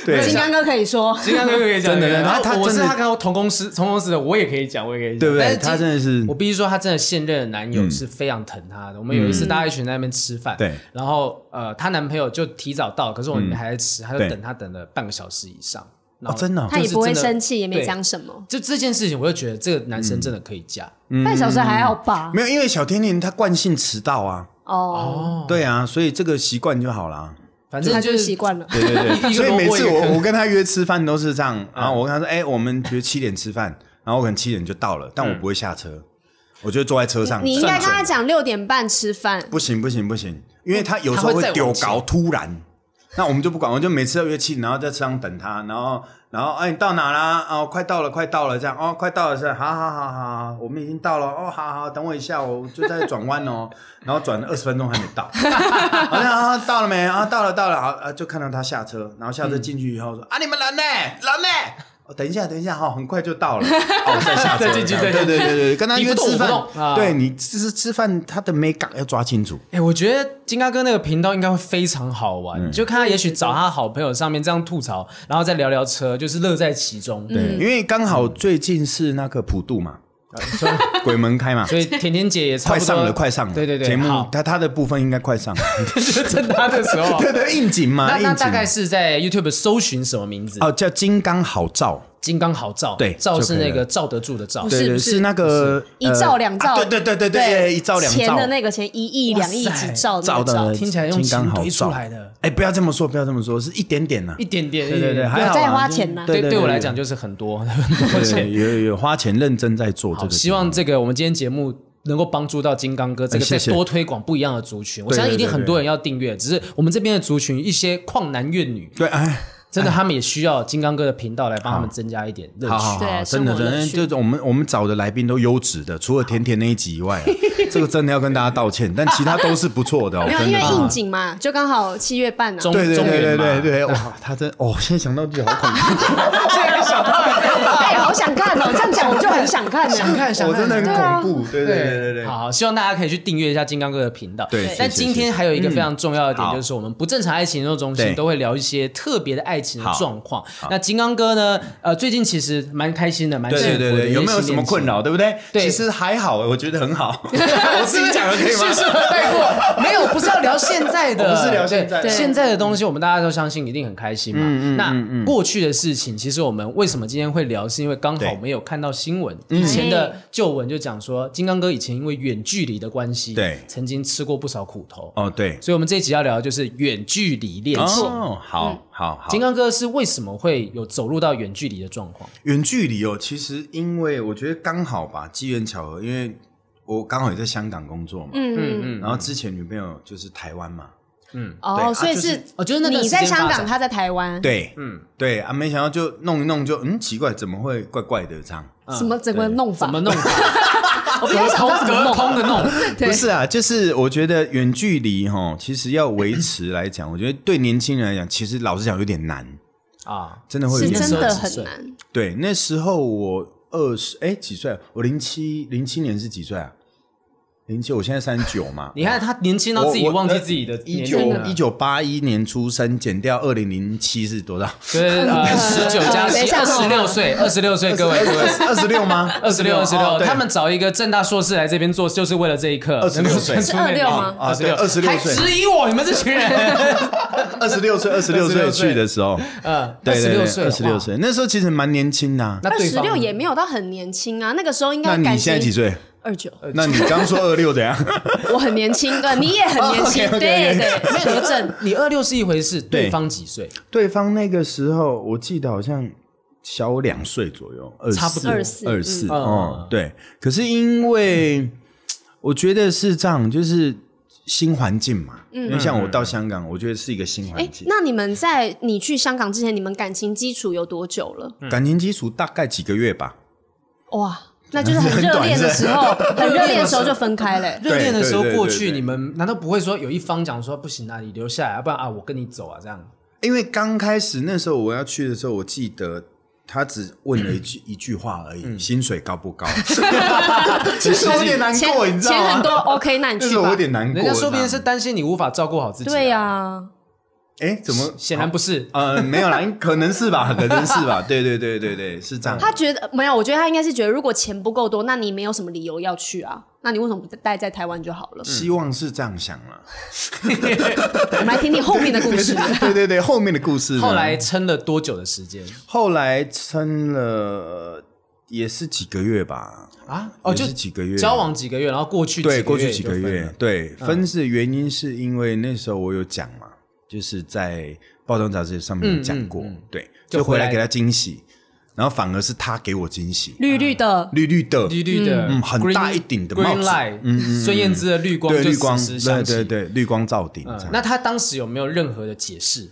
S2: 金
S3: 对
S2: 刚哥可以说，
S1: 金刚哥可以讲，
S3: 真的
S1: 然后
S3: 他他
S1: 我是
S3: 真的
S1: 他跟我同公司同公司的，我也可以讲，我也可以讲，
S3: 对不
S1: 但
S3: 对？
S1: 是金
S3: 他真的是
S1: 我必须说，她真的现任的男友是非常疼她的。我们有一次大家一群在那边吃饭，
S3: 嗯对
S1: 然后呃，她男朋友就提早到，可是我们还在吃，她就
S3: 嗯对
S1: 等她等了半个小时以上，然
S3: 哦，
S1: 后
S3: 真的哦、
S2: 他也不会
S1: 就是真的
S2: 生气，也没
S1: 对
S2: 讲什么。
S1: 就这件事情，我就觉得这个男生真的可以嫁。
S2: 半小时还好吧？
S3: 嗯没有，因为小甜甜她惯性迟到啊，
S2: 哦，
S1: 哦，
S3: 对啊，所以这个习惯就好啦。
S1: 反
S2: 他
S1: 正
S2: 就是习惯了。
S3: 对对 对，
S1: 一
S3: 所
S1: 个
S3: 以
S1: 萝卜
S3: 每次
S1: 一个
S3: 我
S1: 坑
S3: 我跟他约吃饭都是这样，然后我跟他
S1: 嗯
S3: 说，哎、我们比如七点吃饭，然后我可能七点就到了，
S1: 嗯
S3: 但我不会下车，我就坐在车上。
S2: 你应该跟他
S3: 算准呃
S2: 讲六点半吃饭，
S3: 不行不行不行，因为他有时候
S1: 他会再
S3: 会
S1: 往
S3: 丢
S1: 前
S3: 高，突然，那我们就不管，我就每次要约气，然后在车上等他，然后然后哎你到哪啦？哦，快到了，快到了，这样哦，快到了是吧，好好好好，我们已经到了，哦，好好，等我一下，我就在转弯哦， 然后转了二十分钟还没到，好像啊到了没？啊到了到了，好啊就看到他下车，然后下车进去以后
S1: 嗯
S3: 说、啊你们人呢？人呢？哦，等一下，等一下，哈、很快就到 了，哦，再下车，
S1: 再进去
S3: 对对对对对，跟他
S1: 你不
S3: 约
S1: 动
S3: 吃
S1: 我不
S3: 饭
S1: 动，啊
S3: 对你吃吃饭，他的 make up 要抓清楚。
S1: 哎、我觉得金刚哥那个频道应该会非常好玩，
S3: 嗯
S1: 就看他也许找他好朋友上面这样吐槽，然后再聊聊车，就是乐在其中。对，
S3: 对，因为刚好最近是那个普渡嘛，鬼门开嘛，
S1: 所以甜甜姐也差
S3: 快
S1: 不多
S3: 上了，快上了。
S1: 对对对，
S3: 节目
S1: 好
S3: 他他的部分应该快上了，
S1: 就是趁他的时候。啊
S3: 对对，应景嘛，
S1: 那
S3: 啊应
S1: 那大
S3: 景。
S1: 概是在 YouTube 搜寻什么名字？
S3: 哦，叫金刚好照，
S1: 金刚好照，
S3: 对
S1: 照是
S3: 就可以
S1: 那
S3: 了
S1: 个罩得住的罩。
S2: 是
S3: 对
S2: 不
S3: 对，
S2: 是
S3: 是那个
S2: 一
S3: 呃
S2: 兆两兆
S3: 啊对对对对对，一兆两
S2: 钱
S3: 兆
S2: 的那个钱，一亿、
S1: 哇
S2: 两
S1: 塞
S2: 亿、几兆那
S3: 兆
S2: 个兆
S3: 的，
S1: 听起来用
S3: 金刚
S1: 钱
S3: 好
S1: 堆出
S3: 照
S1: 来的。
S3: 哎，不要这么说，不要这么说，是一点点呐
S1: 一。点点，
S3: 对对对，还好啊。
S2: 在花钱呐
S1: 对对我来，讲
S3: 对
S1: 就是很多很多
S3: 对对
S1: 钱。
S3: 对有有花钱认真在做这
S1: 好，
S3: 个。
S1: 希望这个我们今天节目。能够帮助到金刚哥这个
S3: 哎谢
S1: 再
S3: 谢
S1: 多推广不一样的族群，我
S3: 对
S1: 相信一
S3: 对
S1: 定
S3: 对
S1: 很
S3: 对
S1: 多人要订阅。只是我们这边的族群一些旷男怨女，
S3: 对，哎。
S1: 真的他们也需要金刚哥的频道来帮他们增加一点乐
S3: 好
S1: 趣。
S3: 好
S2: 对
S3: 好，
S2: 生
S3: 真的
S2: 活
S3: 真
S2: 乐
S3: 的，
S2: 趣
S3: 就是我们我们找的来宾都优质的，除了甜甜那一集以外啊、这个真的要跟大家道歉，但其他都是不错的哦，
S2: 没有，
S3: 真
S2: 因
S3: 的
S2: 为
S3: 啊。
S2: 应景嘛，就刚好七月半啊。
S1: 中
S3: 对对
S1: 中
S3: 对
S1: 原
S3: 对
S1: 嘛
S3: 哦对对，哇，他真哦，现在想到就好恐怖。
S1: 现在想到了
S2: 哎，好好想看 哦！这样讲我就很想看啊
S1: 想
S2: 呢。
S1: 看想
S3: 我
S1: 看，
S3: 真的很
S1: 想看
S3: 恐怖，对对对对对。
S1: 好好，希望大家可以去订阅一下金刚哥的频道。
S3: 对
S1: 但
S3: 谢谢
S1: 今天还有一个非常重要的点，
S3: 嗯
S1: 就是我们不正常爱情研究中心
S3: 对
S1: 都会聊一些特别的爱情的
S3: 好
S1: 状况。那金刚哥呢？呃，最近其实蛮开心的，蛮
S3: 对对
S1: 幸福
S3: 对
S1: 的
S3: 对，有没有什么困？扰，对不对？
S1: 对
S3: 其实还好，我觉得很好。
S1: 我
S3: 我自己讲了可以吗？
S1: 是是带过，没有，不是要聊现在的，
S3: 我不是聊现在嗯
S1: 对
S2: 对
S1: 现在的东西，我们大家都相信一定很开心嘛。那过去的事情，其实我们为什么今天会聊，是因为刚好
S3: 对
S1: 我们有看到新闻，
S3: 嗯
S1: 以前的旧闻就讲说，金刚哥以前因为远距离的关系，
S3: 对
S1: 曾经吃过不少苦头。
S3: 哦，对，
S1: 所以，我们这一集要聊的就是远距离恋情。
S3: 哦，好好好，
S1: 金刚哥是为什么会有走入到远距离的状况？
S3: 远距离哦，其实因为我觉得刚好吧，机缘巧合，因为我刚好也在香港工作嘛，
S2: 嗯，
S1: 嗯嗯，
S3: 然后之前女朋友就是台湾嘛，对啊
S2: 哦，所以
S3: 就是
S2: 是
S1: 哦就是那段
S2: 你
S1: 时间
S2: 在香
S1: 发
S2: 港，
S1: 展
S2: 他在台湾，
S3: 对，嗯，对啊，没想到就弄一弄就嗯奇怪，怎么会怪怪的这样？
S2: 啊什么怎么弄法？
S1: 怎么弄法？
S2: 我比较想知道怎么
S1: 隔
S2: 弄。
S1: 空的弄，
S3: 不
S2: 对，
S3: 是啊，就是我觉得远距离哈，其实要维持来讲，我觉得对年轻人来讲，其实老实讲有点难，
S1: 啊，
S3: 真的会有
S2: 是
S3: 点
S1: 那
S3: 难。
S2: 真
S1: 时候
S2: 的
S1: 几岁
S2: 很难。
S3: 对，那时候我二十哎几岁啊？我零七零七年是几岁啊？零七，我现在三九嘛。
S1: 你看他年轻到自己忘记自己的
S3: 呃一
S1: 年
S3: 九
S1: 龄了
S3: 一，九八一年出生，减掉二零零七是多少？
S1: 就是呃十九加
S2: 等一
S1: 七，
S2: 下
S1: 二十六岁，二十六岁， 各位各位，
S3: 二十六吗？
S1: 二十六二十
S3: 哦
S1: 六，
S3: 对
S1: 他们找一个正大硕士来这边做，就是为了这一刻，
S3: 26岁
S1: 能够算出那个
S2: 是26吗
S1: 二
S3: 啊
S1: 十
S3: 对
S1: 六，
S3: 26岁
S1: 还质疑我，你们这群 人，
S3: 二十六岁，二十六岁去的时候，
S1: 嗯，
S3: 对对
S1: 26
S3: 对，
S1: 岁，
S3: 二十六，岁，那时候其实蛮年轻的啊。
S1: 那
S2: 二
S1: 对
S2: 十
S1: 方
S2: 六也没有到很年轻啊，那个时候应
S3: 那
S2: 该
S3: 你
S2: 感
S3: 现在几
S2: 情
S3: 岁？
S2: 二九，
S3: 那你刚说二六怎样？
S2: 我很年轻，对，你也很年
S3: 哦
S2: 轻，对对，得正。
S1: 你二六是一回事，对
S3: 对
S1: 方几岁？
S3: 对方那个时候，我记得好像小我两岁左右，二
S1: 差不多
S2: 24
S3: 二四
S1: 嗯
S3: 哦，对。可是因为我觉得是这样，就是新环境嘛，因为像我到香港，我觉得是一个新环
S2: 哎，
S3: 境，
S2: 那你们在你去香港之前，你们感情基础有多久了？
S3: 感情基础大概几个月吧。
S2: 哇，那就是很热恋的时候，很热恋的时候就分开嘞。
S1: 热恋的时候
S3: 对对对
S1: 过
S3: 对
S1: 去，
S3: 对
S1: 你们难道不会说有一方讲说不行啊，你留下来，要不然啊，我跟你走啊，这样？
S3: 因为刚开始那时候我要去的时候，我记得他只问了一句、一句话而已，
S1: 嗯
S3: 薪水 高不高？ 其实我有点难
S2: 钱
S3: 过，你知道吗？
S2: 钱很多，OK，那你
S3: 那
S2: 去
S3: 时候我
S2: 吧
S3: 有。点啊难过。啊
S1: 人家说不定
S3: 你知
S1: 是
S3: 道吗，
S1: 担心你无法照顾好自己。啊
S2: 对，呀，
S3: 哎，怎么
S1: 显然不是。
S3: 呃，没有啦，可能是吧，可能是吧，对对对对对，是这样。
S2: 他觉得没有，我觉得他应该是觉得，如果钱不够多，那你没有什么理由要去啊。那你为什么不待在台湾就好了？
S3: 希望是这样想了。
S2: 我们来听听后面的 故事。
S3: 对对对，后面的故事呢
S1: 后来撑了多久的时间
S3: 后来撑了也是几个月吧，
S1: 啊？哦，
S3: 也
S1: 就是
S3: 几个月
S1: 交往几个月，然后过去
S3: 对，
S1: 个
S3: 过去
S1: 月
S3: 几
S1: 就
S3: 个
S1: 分
S3: 月
S1: 了，嗯
S3: 对分是原因是因为那时候我有讲嘛，就是在包装杂志上面有讲过，对，
S1: 嗯就
S3: 就
S1: 回
S3: 回
S1: 来
S3: 来给他惊喜，然后反而是他给我惊喜，
S2: 绿绿的，
S3: 绿绿的，
S1: 绿绿的，
S3: 嗯很大一顶的帽
S1: green
S3: 子嗯
S1: light，孙燕姿的绿光
S3: 对
S1: 就
S3: 绿光，
S1: 时时响
S3: 对
S1: 起
S3: 对。对，绿光照顶。这
S1: 嗯
S3: 样
S1: 那他当时有没有任何的解释？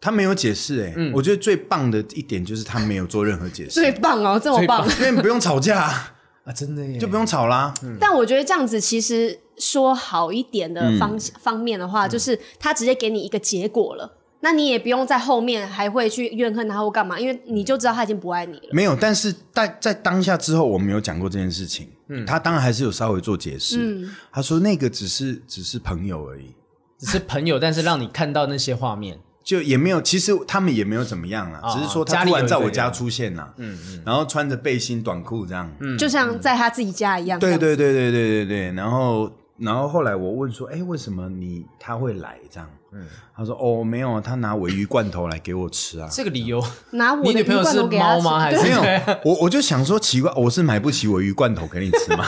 S3: 他没有解释哎、欸
S1: 嗯
S3: 我觉得最棒的一点就是他没有做任何解释，
S2: 最棒哦，这么棒！
S3: 因为不用吵 架、啊，
S1: 啊，真的耶，
S3: 就不用吵啦。
S1: 嗯
S2: 但我觉得这样子其实说好一点
S3: 嗯
S2: 的方、方面的话，就是他直接给你一个结果了，那你也不用在后面还会去怨恨他或干嘛，因为你就知道他已经不爱你了。
S3: 没有，但是在在当下之后，我们有讲过这件事情。
S1: 嗯
S3: 他当然还是有稍微做解释。他说那个只是只是朋友而已，
S1: 只是朋友，但是让你看到那些画 面，
S3: 就也没有，其实他们也没有怎么样啦，
S1: 哦
S3: 只是说
S1: 家
S3: 他
S1: 里
S3: 突然
S1: 有一
S3: 在
S1: 个
S3: 我
S1: 人
S3: 家出现啦，嗯嗯，然后穿着背心短裤这样，嗯，
S2: 就像在他自己家一样，
S3: 对对对对对对对，然后然后后来我问说，哎，为什么你他会来这样？嗯，他说哦没有，他拿鲔鱼罐头来给我吃啊，
S1: 这个理 由，
S2: 拿我
S1: 你女
S2: 的鱼
S1: 朋友
S2: 罐
S1: 是
S2: 头给他
S1: 猫
S2: 吃
S1: 吗？还
S2: 对
S1: 是
S3: 没有，我我就想说奇怪，我是买不起鲔鱼罐头给你吃嘛？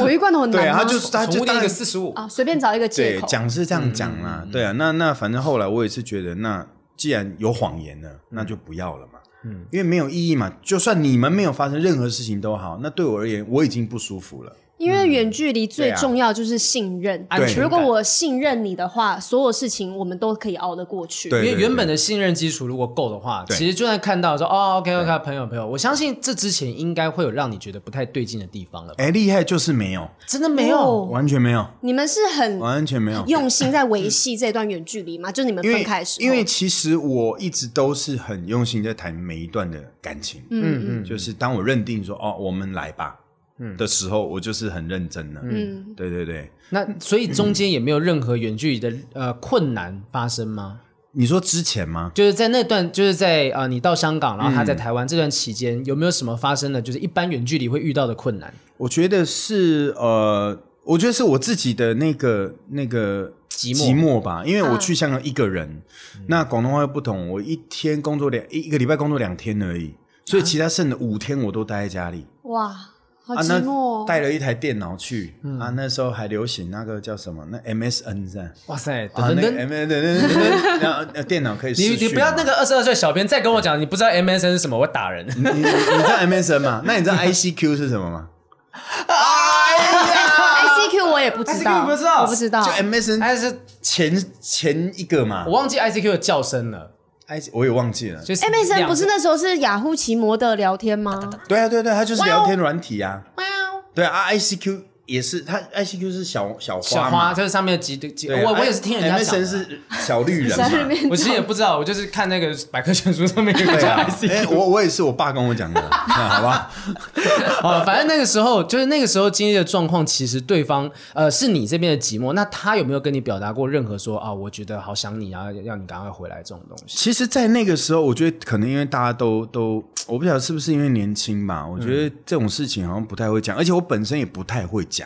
S2: 我鱼罐头很难
S3: 对啊，
S2: 吗
S3: 他就是他
S1: 宠
S3: 就
S1: 物店
S3: 当
S1: 一个
S3: 然
S1: 四十五，
S2: 啊，随便找一个借
S3: 对
S2: 口。
S3: 讲是这样讲啦，对啊，那那反正后来我也是觉得，那既然有谎言了，那就不要了嘛，嗯，因为没有意义嘛。就算你们没有发生任何事情都好，那对我而言我已经不舒服了。
S2: 因因为远距离最
S3: 嗯
S1: 对啊
S2: 重要就是信任。
S1: 安
S3: 全
S2: 如
S1: 感
S2: 果我信任你的话，所有事情我们都可以熬得过去。
S3: 对
S1: 因为原本的信任基础如果够的话，
S3: 对
S1: 其实就算看到说哦，OK OK，朋友朋友，我相信这之前应该会有让你觉得不太对劲的地方了吧，
S3: 哎，厉害就是没有，
S1: 真的没有
S2: 哦
S3: 完全没有，
S2: 你们是很
S3: 完全没有。
S2: 用心在维系这段远距离吗？就是你们
S3: 因
S2: 分
S3: 为
S2: 开哦的时候，
S3: 因为其实我一直都是很用心在谈每一段的感情，
S2: 嗯
S3: 嗯，就是当我认定说哦，我们来吧，嗯的时候，我就是很认真的，嗯，对对对。
S1: 那所以中间也没有任何远距离的呃困难发生吗？
S3: 你说之前吗？
S1: 就是在那段，就是在呃你到香港，然后他在台湾这段期间，有没有什么发生的，就是一般远距离会遇到的困难？
S3: 我觉得是呃，我觉得是我自己的那个那个
S1: 寂寞嗯
S3: 寂寞吧，因为
S2: 嗯
S3: 我去香港一个人，那广东话又不同，我一天工作两一一个礼拜工作两天而已，
S1: 啊
S3: 所以其他剩的五天我都待在家里。
S2: 哇，好
S3: 啊，
S2: 寂寞、
S3: 那
S2: 哦
S3: 带了一台电脑去、
S1: 嗯
S3: 啊，那时候还流行那个叫什么？那 MSN 是吧？
S1: 哇塞，等
S3: 啊，
S1: 等
S3: 那个
S1: 等，
S3: M S N，然后呃电脑可以视
S1: 你
S3: 讯
S1: 你不要
S3: 嘛
S1: 那个二十二岁小编再跟我讲，你不知道 MSN 是什么，我打人。
S3: 你你你知道 MSN 吗？那你知道 ICQ 是什么吗？
S2: ICQ 哎我也不知
S1: ICQ
S2: 道，
S1: 你不知道
S2: 我不知道
S3: 就。MSN
S1: 但是
S3: 前前一个嘛
S1: 啊我忘记 ICQ 的叫声了，
S3: ，I 我也忘记了。
S1: 就是
S2: MSN
S1: 两
S2: 不是那时候是雅虎奇摩的聊天吗？
S3: 对啊，对对，它就是
S2: 哇哦
S3: 聊天软体啊。
S2: 哇哦，
S3: 对啊，ICQ 也是，它 ICQ 是小小
S1: 小
S3: 花
S1: 花，哎
S3: 嘛。
S1: 就是上面的几几，
S3: 对啊
S1: 我我也是听人家讲
S3: ，MSN
S1: 的。
S3: 是啊小绿人
S2: 在那
S3: 嘛。
S2: 边
S1: 我其实也不知道，我就是看那个百科全书上面有
S3: 对
S1: 讲
S3: 啊，哎，
S1: ICQ。
S3: 我我也是我爸跟我讲的， 那好吧？
S1: 哦，反正那个时候就是那个时候经历的状况，其实对方呃是你这边的寂寞，那他有没有跟你表达过任何说啊，我觉得好想你啊，要你赶快回来这种东西？
S3: 其实，在那个时候，我觉得可能因为大家都都，我不晓得是不是因为年轻
S1: 嗯
S3: 吧，我觉得这种事情好像不太会讲，而且我本身也不太会讲。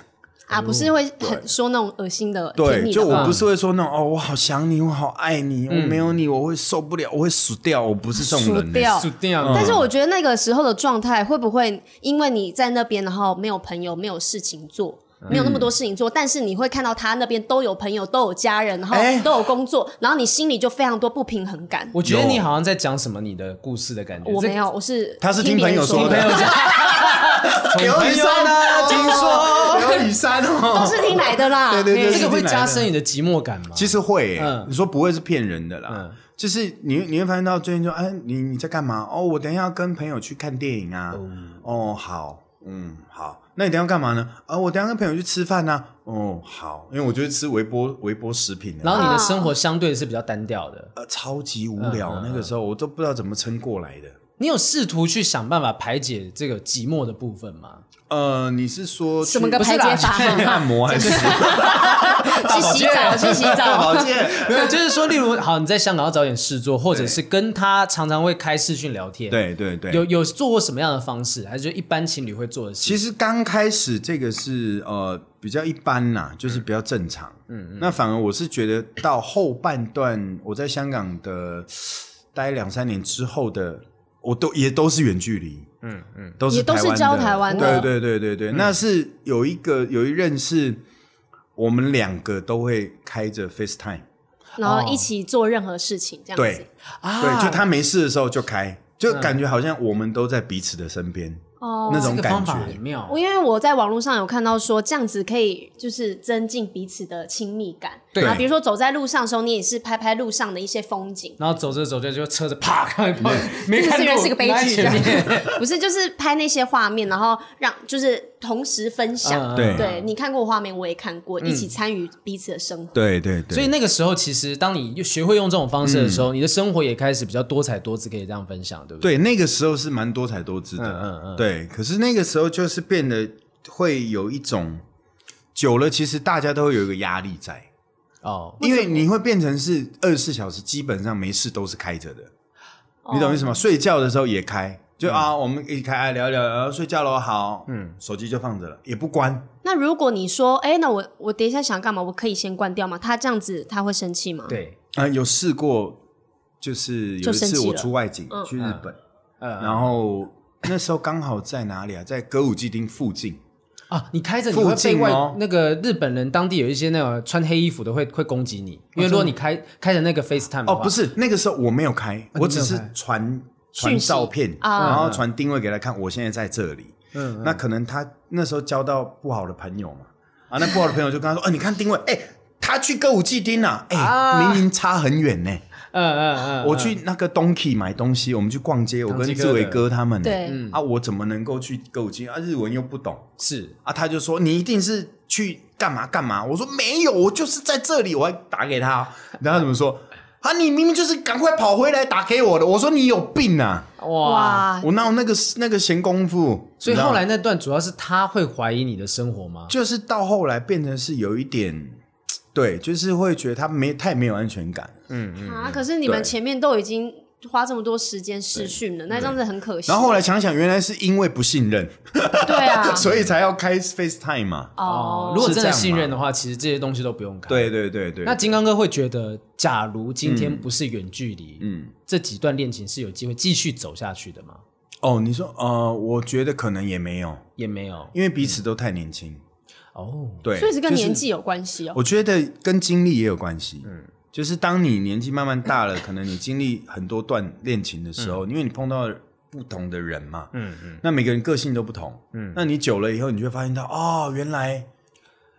S2: 啊，不是会很说那种恶心的呃甜
S3: 对，
S2: 蜜
S3: 就
S2: 的话
S3: 我不是会说那种哦，我好想你，我好爱你，我
S1: 嗯
S3: 没有你我会受不了，我会死掉，我不是这种人
S2: 死
S3: 欸。
S2: 掉
S1: 注定
S2: 哦但是我觉得那个时候的状态会不会因为你在那边，然后没有朋友，没有事情做，
S3: 嗯
S2: 没有那么多事情做，但是你会看到他那边都有朋友，都有家人，然后
S3: 哎
S2: 都有工作，然后你心里就非常多不平衡感。
S1: 我觉得你好像在讲什么你的故事的感觉。
S2: 我
S1: 这
S2: 没有，我是
S3: 他是听
S2: 别人
S3: 朋友
S2: 说
S3: 说的
S1: 没有 讲。
S3: 刘
S1: 朋友
S3: 雨珊啊， 听说 刘雨珊
S2: 都
S3: 哦，
S2: 是听来的啦。
S3: 对对对，
S1: 这个会加
S3: 一
S1: 深
S3: 点。
S1: 你的寂寞感吗？
S3: 其实会欸
S1: 嗯，
S3: 你说不会是骗人的啦
S1: 嗯，
S3: 就是你你会发现到最近就哎，你你在干嘛？哦，我等一下要跟朋友去看电影啊。哦，好，嗯，好，那你等一下干嘛呢？啊，我等一下跟朋友去吃饭呐。哦，好，因为我就是吃微波微波食品的。
S1: 然后你
S2: 哦
S1: 的生活相对是比较单调的，
S3: 呃，超级无聊。那个时候我都不知道怎么撑过来的。
S1: 你有试图去想办法排解这个寂寞的部分吗？
S3: 呃，你是说
S2: 什么个
S3: 去
S2: 排解法？
S3: 去按摩还是
S2: 去洗澡，去洗澡。
S3: 保健？
S1: 没有，就是说，例如，好，你在香港要找点事做，或者是跟他常常会开视讯聊天，，
S3: 对对对，
S1: 有有做过什么样的方式，还是就一般情侣会做的事？
S3: 其实刚开始这个是呃比较一般啦，就是比较正常。嗯嗯。那反而我是觉得到后半段，我在香港的待两三年之后的，我都也都是远距离。嗯嗯，都是
S2: 也都是
S3: 台湾的
S2: 教台湾的
S3: 对对对对对，那是有一个有一任是我们两个都会开着 FaceTime。
S2: 然
S1: 哦
S2: 后一起做任何事情，这样子
S3: 对。
S1: 啊
S3: 对，就他没事的时候就开，就感觉好像我们都在彼此的身边、
S2: 哦，
S3: 那
S1: 这
S3: 种
S1: 个
S3: 感
S1: 方
S3: 觉
S1: 法。很妙
S2: 我，因为我在网络上有看到说，这样子可以就是增进彼此的亲密感。
S1: 对
S2: 啊，比如说走在路上的时候，你也是拍拍路上的一些风景，
S1: 然后走着走着就车子 啪，看到没
S2: 这
S1: 看
S2: 个人
S1: 到，
S2: 是个悲
S1: 拉
S2: 剧，
S1: 前面
S2: 不是就是拍那些画面，然后让就是同时分
S1: 嗯
S2: 享。
S3: 对
S2: 对你看过画面，我也看过，一起参与彼此的生活。
S3: 对对对，
S1: 所以那个时候，其实当你学会用这种方式的时
S3: 嗯
S1: 候，你的生活也开始比较多彩多姿，可以这样分享，对不对？
S3: 对那个时候是蛮多彩多姿的，
S1: 嗯嗯嗯
S3: 对。可是那个时候就是变得会有一种久了，其实大家都会有一个压力在，
S1: 哦，
S3: 因为你会变成是二十四小时基本上没事都是开着的，
S2: 哦
S3: 你懂意思吗？睡觉的时候也开。就啊，我们一开啊聊一聊，然后睡觉喽，好，嗯，手机就放着了，也不关，
S2: 那如果你说，哎、那我我等一下想干嘛？我可以先关掉吗？他这样子他会生气吗？，
S1: 对，
S3: 啊、有试过，就是有
S2: 就
S3: 一
S2: 生
S3: 次
S2: 气
S3: 我
S2: 了
S3: 出外景
S2: 嗯
S3: 去日本，
S1: 呃，
S3: 然后那时候刚好在哪里啊？在歌舞伎町附近。
S1: 啊，你开着你会
S3: 附
S1: 被
S3: 近
S1: 外、
S3: 哦
S1: 那个日本人当地有一些那种穿黑衣服的会会攻击你，因为如果你开开着那个 FaceTime 的
S3: 哦，
S1: 话哦
S3: 不，是，那个时候我没有开，
S1: 没有
S3: 我只是
S1: 开
S3: 传
S2: 讯
S3: 传
S2: 息
S3: 照片，
S2: 啊
S3: 然后传定位给他看，我现在在这里。嗯，那可能他那时候交到不好的朋友嘛，啊，那不好的朋友就跟他说，呃，你看定位，哎、他去歌舞伎町啊，哎、
S1: 啊
S3: 明明差很远呢、
S1: 嗯嗯嗯，
S3: 我去那个 Donkey 买东西，我们去逛街，我跟
S1: 唐吉诃
S3: 志
S1: 德
S3: 伟哥他们呢，
S2: 对
S1: 嗯
S3: 啊，我怎么能够去歌舞伎町啊？日文又不懂，
S1: 是
S3: 啊，他就说你一定是去干嘛干嘛。我说没有，我就是在这里，我还 打给他哦。然后他怎么说？啊，你明明就是赶快跑回来打给我的。我说你有病啊！
S1: 嗯哇。
S2: 哇，
S3: 我哪有那个那个闲工夫？
S1: 所以
S3: 你知道
S1: 后
S3: 吗
S1: 来那段主要是他会怀疑你的生活吗？
S3: 就是到后来变成是有一点，对，就是会觉得他没太没有安全感。
S2: 啊！可是你们
S3: 对
S2: 前面都已经花这么多时间试训了，那这样子很可惜。
S3: 然后后来想想，原来是因为不信任，
S2: 对啊，
S3: 所以才要开 FaceTime 嘛。
S2: 哦，
S1: 如果
S3: 是
S1: 真
S3: 这
S1: 的
S3: 样
S1: 信
S3: 吗
S1: 任的话，其实这些东西都不用看。
S3: 对嗯对对对，
S1: 那金刚哥会觉得，假如今天不是远距离，嗯，这几段恋情是有机会继续走下去的吗？
S3: 哦，你说呃，我觉得可能也没有，
S1: 也没有
S3: 因为彼此都太年轻。
S1: 哦，
S3: 对，
S2: 所以是跟
S3: 就
S2: 年纪有关系哦。
S3: 我觉得跟经历也有关系。嗯，就是当你年纪慢慢大了，可能你经历很多段恋情的时候，因为你碰到不同的人嘛，嗯嗯，那每个人个性都不同，嗯，那你久了以后，你就会发现到，哦，原来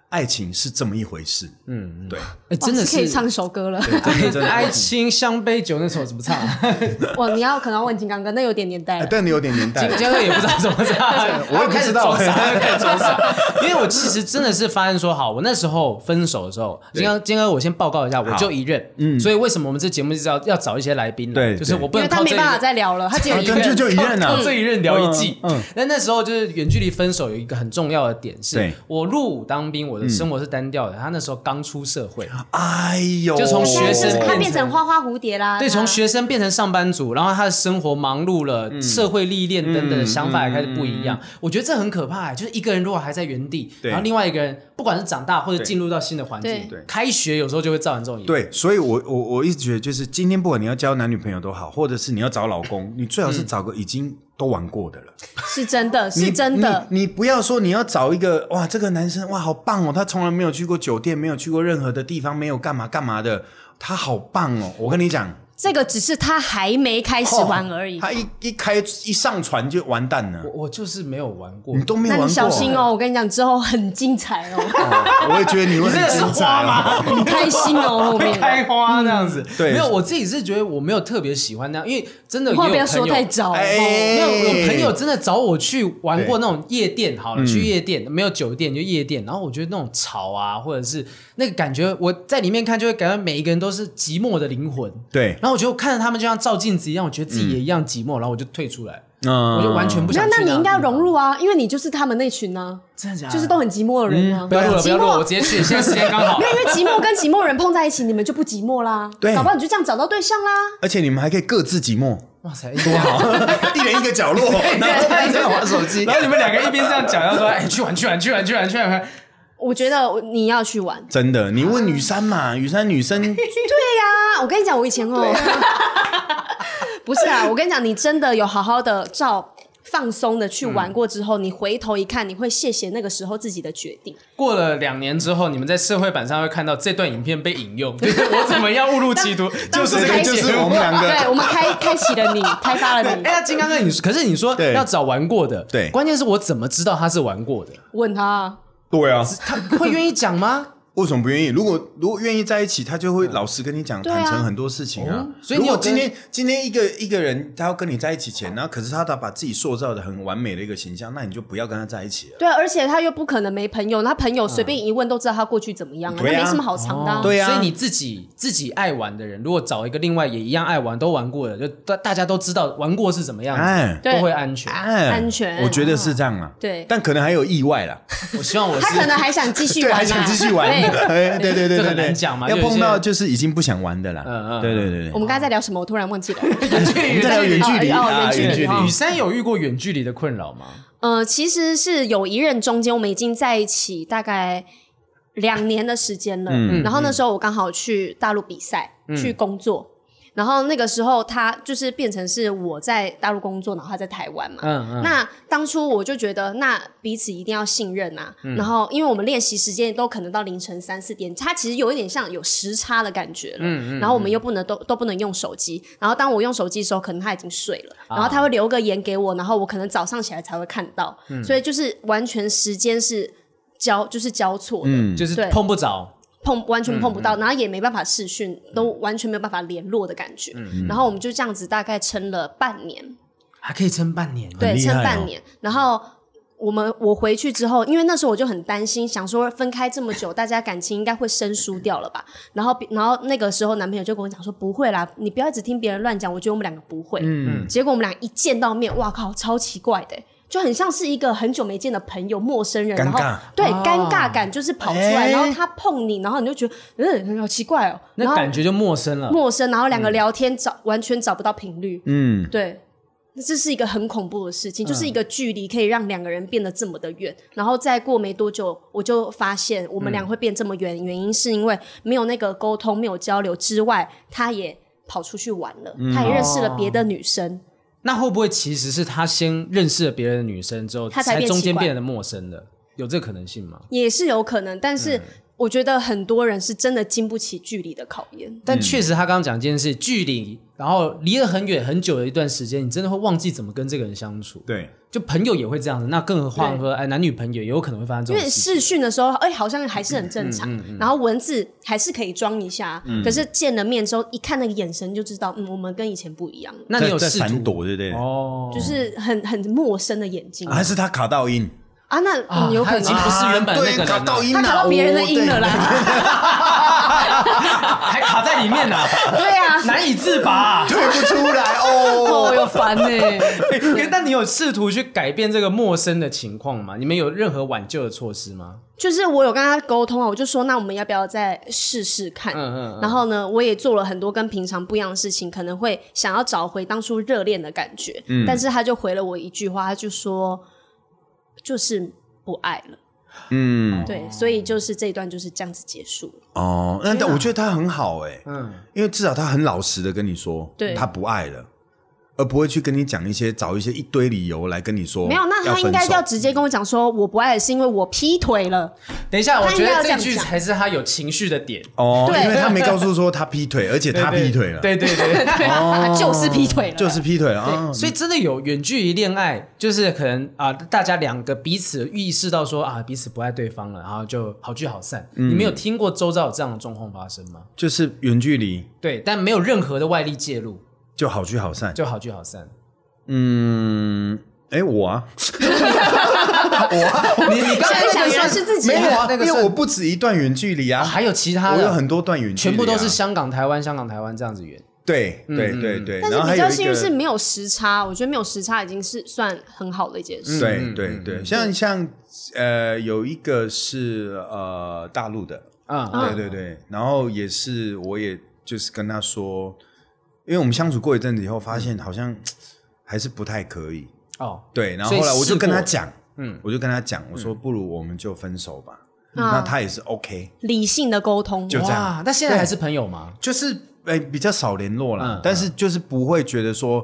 S3: 爱情是这么一回事。嗯，对，
S1: 哎，真的
S2: 哇哦可以唱首歌了。
S3: 对真的真的
S1: 爱。情像杯酒那首怎么 唱啊？
S2: 哇，你要可能要问金刚哥，那有点年代
S3: 哎
S2: 了。
S3: 但你有点年代
S1: 金
S3: 了，
S1: 金刚哥也不知道怎 么唱，
S3: 我也不知道
S1: 他又开始装 傻，他又开始装傻。因为我其实真的是发现说，好，我那时候分手的时候，金刚金刚哥，我先报告一下，我就一任，嗯，所以为什么我们这节目就是要要找一些来宾呢？
S3: 对
S1: 就是
S3: 对
S1: 我不
S2: 因为
S1: 能
S2: 他
S1: 靠
S2: 没
S1: 这一
S2: 办法
S1: 任
S2: 再聊了，他只有
S3: 啊
S2: 一
S3: 根据
S2: 任。
S3: 就一任啊
S1: 靠，这一任聊一季。
S3: 嗯
S1: 嗯
S3: 嗯，
S1: 那那时候就是远距离分手有一个很重要的点是
S3: 对，嗯
S1: 我入伍当兵，我的生活是单调的。他那时候刚出社会，
S3: 哎呦，
S1: 就从学生
S2: 哦就是他
S1: 变
S2: 变成花花蝴蝶啦。
S1: 对，
S2: 他
S1: 从学生变成上班族，然后他的生活忙碌
S3: 嗯
S1: 了，社会历练等等的想法也开始不一样。我觉得这很可怕，欸就是一个人如果还在原地，
S3: 对
S1: 然后另外一个人不管是长大或者
S3: 对
S1: 进入到新的环境
S3: 对对，
S1: 开学有时候就会造成这种影响。
S3: 对，所以我我我一直觉得，就是今天不管你要交男女朋友都好，或者是你要找老公，你最好是找个已经都玩过的了。
S2: 是真的，
S3: 你
S2: 嗯是真的。
S3: 你。你不要说你要找一个哇，这个男生哇好棒哦，他从来没有去过酒店，没有去过任何的地方，没有干嘛干嘛的，他好棒哦！我跟你讲，
S2: 这个只是他还没开始玩而已
S3: 哦。他一一开一上船就完蛋了，
S1: 我我就是没有玩过
S3: 你。都没有
S2: 那
S3: 玩过。
S2: 你小心哦，我跟你讲，之后很精彩哦，
S3: 哦！我也觉得你会
S1: 你这
S3: 很
S1: 个是
S3: 精彩
S1: 花吗
S3: 哦。？
S2: 很开心哦，后
S1: 会
S2: 面。
S1: 开花这样子，
S3: 对
S1: 嗯没有，我自己是觉得我没有特别喜欢那样，因为真的也有
S2: 话
S1: 朋
S2: 不
S1: 友
S2: 要说太早哦。
S3: 哎
S1: 没有，有朋友真的找我去玩过
S3: 对
S1: 那种夜店，好了，去夜店没有酒店就夜店，然后我觉得那种吵啊，或者是那个感觉，我在里面看就会感觉每一个人都是寂寞的灵魂。
S3: 对，
S1: 然后我觉得我看着他们就像照镜子一样，我觉得自己也一样寂寞，然后我就退出来，
S3: 嗯
S1: 我就完全不
S2: 那
S1: 想去
S2: 那
S1: 样的地方。
S2: 你应该融入啊，因为你就是他们那群呢，
S1: 真的假的，
S2: 就是都很寂寞的人啊。
S1: 不要录了，不
S2: 寂
S1: 要录了，我
S2: 寞
S1: 直接去，现在时间刚好
S2: 没。有，因为寂寞跟寂寞人碰在一起，你们就不寂寞啦。
S3: 对
S2: 搞不好你就这样找到对象啦。
S3: 而且你们还可以各自寂寞，
S1: 哇塞，多 好！
S3: 一人一个 角落，然后在 那边玩手机
S1: 然。后你们两个一边这样讲，要说哎去玩去玩去玩去玩去玩，
S2: 我觉得你要 去玩。
S3: 真的，你问雨山 嘛，雨山女生
S2: 对呀、我跟你讲，我以前哦， 不是啊，我跟你讲，你真的有好好的照放松的去玩过之后，你回头一看，你会谢谢那个时候自己的决定。
S1: 过了两年之后，你们在社会版上会看到这段影片被引 用，就是我怎么样误入歧途，
S2: 当
S1: 就是这
S2: 当
S1: 个
S2: 时
S1: 节目，
S2: 开始
S3: 就是我们两个
S2: 对，我们开开启了你，开 发了你
S1: 哎，。那金刚哥，你可是你说
S3: 对
S1: 要找玩过的，
S3: 对
S1: 关键是我怎么知道他是玩过的？
S2: 问他，
S3: 对啊，
S1: 他会愿意讲 吗？
S3: 为什么不愿意？如果如果愿意在一起，他就会老实跟你讲，
S2: 对啊
S3: 坦诚很多事情啊
S1: 哦。所以
S3: 如
S1: 你有
S3: 果今天今天一个一个人他要跟你在一起前，然后可是他把自己塑造的很完美的一个形象，那你就不要跟他在一起了。
S2: 对啊，而且他又不可能没朋友，他朋友随便一问都知道他过去怎么样啊，那
S3: 嗯对啊
S2: 没什么好藏的、啊。
S3: 对啊
S1: 哦所以你自己自己爱玩的人，如果找一个另外也一样爱玩、都玩过的，就大大家都知道玩过是怎么样
S3: 哎
S1: 子，
S2: 对
S1: 都会嗯安全。
S3: 哎
S2: 安全
S3: 我觉得是这样啊。
S2: 对
S3: 但可能还有意外啦，
S1: 我希望我
S2: 他可
S1: 是
S2: 能还想继续
S3: 对，
S2: 玩、啊，
S3: 还想继续玩。
S2: 对
S3: 哎对对对
S1: 这
S3: 对
S1: 很难
S3: 对，
S1: 讲嘛
S3: 要
S1: 有一些
S3: 碰到就是已经不想玩的啦。
S1: 嗯嗯嗯
S3: 对对对
S2: 我
S3: 对，
S2: 们刚才在聊什么？我突然忘 记了。
S1: 远
S3: 在聊远距离
S2: 哦哦
S3: 啊，
S2: 远距离
S3: 远距
S2: 哦
S3: 离
S1: 雨。山有遇过远距离的困扰吗？
S2: 呃，其实是有一任中间，我们已经在一起大概
S3: 嗯
S1: 嗯
S2: 两年的时间了。然后那时候我刚好去大陆比赛，去工作。然后那个时候他就是变成是我在大陆工作，然后他在台湾嘛。
S1: 嗯嗯，
S2: 那当初我就觉得，那彼此一定要信任啊。然后，因为我们练习时间都可能到凌晨三四点，它其实有一点像有时差的感觉了。然后我们又不能都都不能用手机。然后当我用手机的时候，可能他已经睡了，然后他会留个言给我，然后我可能早上起来才会看到。所以就是完全时间是交就是交错的。
S1: 就是
S2: 对
S1: 碰不着，
S2: 碰完全碰不到，然后也没办法视讯，都完全没有办法联络的感觉。然后我们就这样子大概撑了半年，
S1: 还可以撑半年。
S2: 对，
S3: 厉害
S2: 撑
S3: 哦
S2: 半年。然后我们我回去之后，因为那时候我就很担心，想说分开这么久，大家感情应该会生疏掉了吧？然后然后那个时候男朋友就跟我讲说，不会啦，你不要一直听别人乱讲，我觉得我们两个不会。嗯，结果我们俩一见到面，哇靠，超奇怪的、欸就很像是一个很久没见的朋友、陌生人，
S3: 尴
S2: 然后
S3: 尬
S2: 对
S1: 哦
S2: 尴尬感就是跑出来，
S3: 哎
S2: 然后他碰你，然后你就觉得嗯，好奇怪哦，然
S1: 那
S2: 后
S1: 感觉就陌生了，
S2: 陌生，然后两个聊天找、完全找不到频率，
S3: 嗯，
S2: 对，那这是一个很恐怖的事情，就是一个距离可以让两个人变得这么的远。然后再过没多久，我就发现我们俩会变这么远，原因是因为没有那个沟通、没有交流之外，他也跑出去玩了，他也认识了别的女生。
S1: 那会不会其实是他先认识了别人的女生之后，
S2: 他才变
S1: 中
S2: 习
S1: 间
S2: 惯
S1: 变得陌生的？有这可能性吗？
S2: 也是有可能，但是我觉得很多人是真的经不起距离的考验。
S1: 但确实，他刚刚讲一件事，距离，然后离得很远很久的一段时间，你真的会忘记怎么跟这个人相处。
S3: 对，
S1: 就朋友也会这样子，那更何况说，哎，男女朋友也有可能会发生这
S2: 因
S1: 种
S2: 为
S1: 事情。
S2: 视讯的时候，哎、好像还是很正常，然后文字还是可以装一下，可是见了面之后，一看那个眼神就知道，嗯，我们跟以前不一样了。
S1: 那你有
S3: 在
S1: 试
S3: 在闪
S1: 图
S3: 躲，对不对？
S1: 哦？
S2: 就是很很陌生的眼睛
S3: 还
S2: 啊
S3: 是他卡到音？
S2: 那、嗯有
S1: 他
S2: 可
S1: 已
S2: 能
S1: 经不是原本那个人
S3: 对，
S1: 了
S3: 卡到音
S2: 他
S3: 啊，
S2: 卡到别人的音了啦，
S1: 还卡在里 面呢、
S2: 对啊，
S1: 难以自拔啊、
S3: 我退不出来
S2: 哦
S3: 哦。
S2: 又烦呢、
S1: 但你有试图去改变这个陌生的情况吗？你们有任何挽救的措施吗？
S2: 就是我有跟他沟通啊，我就说那我们要不要再试试看？
S1: 嗯嗯嗯
S2: 然后呢，我也做了很多跟平常不一样的事情，可能会想要找回当初热恋的感觉。但是他就回了我一句话，他就说就是不爱了。
S3: 嗯，
S2: 对，所以就是这一段就是这样子结束。
S3: 哦，那但我觉得他很好哎，
S1: 嗯，
S3: 因为至少他很老实的跟你说，
S2: 对
S3: 他不爱了，而不会去跟你讲一些找一些一堆理由来跟你说。
S2: 没有，那他应该
S3: 分手
S2: 要直接跟我讲说，我不爱了是因为我劈腿了。
S1: 等一下，我
S2: 他应
S1: 觉
S2: 该要
S1: 得
S2: 这
S1: 这
S2: 样
S1: 句
S2: 讲
S1: 才是他有情绪的点。
S3: 哦，
S2: 对
S3: 因为他没告诉说他劈腿，而且他劈腿了，
S1: 对对对，对
S2: 他就是劈腿了，
S3: 就是劈腿了啊。
S1: 所以真的有远距离恋爱，就是可能啊、大家两个彼此意识到说啊，彼此不爱对方了，然后就好聚好散。
S2: 嗯
S1: 你们有听过周遭有这样的状况发生吗？
S3: 就是远距离
S1: 对，但没有任何的外力介入，
S3: 就好聚好散。
S1: 就好聚好散。
S3: 嗯，哎，我啊，
S1: 你你刚才
S2: 现在
S1: 那
S2: 想
S1: 个
S2: 原来
S1: 算
S2: 是自己
S3: 没有啊，
S1: 那个
S3: 因为
S1: 算
S3: 我不止一段远距离啊，
S1: 还有其他
S3: 我
S1: 的，
S3: 有很多段远距离啊，
S1: 全部都是嗯香港、台湾、香港、台湾这样子远。
S3: 对对对对，
S2: 但是
S3: 然后还
S2: 比
S3: 有
S2: 较
S3: 一
S2: 幸运
S3: 个
S2: 是没有时差，我觉得没有时差已经是算很好的一件事。
S1: 嗯
S3: 对对对，像像呃，有一个是呃大陆的，
S1: 嗯，
S3: 对对对，然后也是我也就是跟他说，因为我们相处过一阵子以后，发现好像嘖还是不太可以，
S1: 哦，
S3: 对，然后
S1: 所以
S3: 后来我
S1: 试
S3: 就
S1: 过
S3: 跟他讲，
S1: 嗯
S3: 嗯，我就跟他讲，我说不如我们就分手吧，
S2: 啊
S3: 嗯那他也是 OK，
S2: 理性的沟通，
S3: 就这样
S1: 哇，那现在还是朋友吗？
S3: 就是哎、比较少联络啦，
S1: 嗯
S3: 但是就是不会觉得说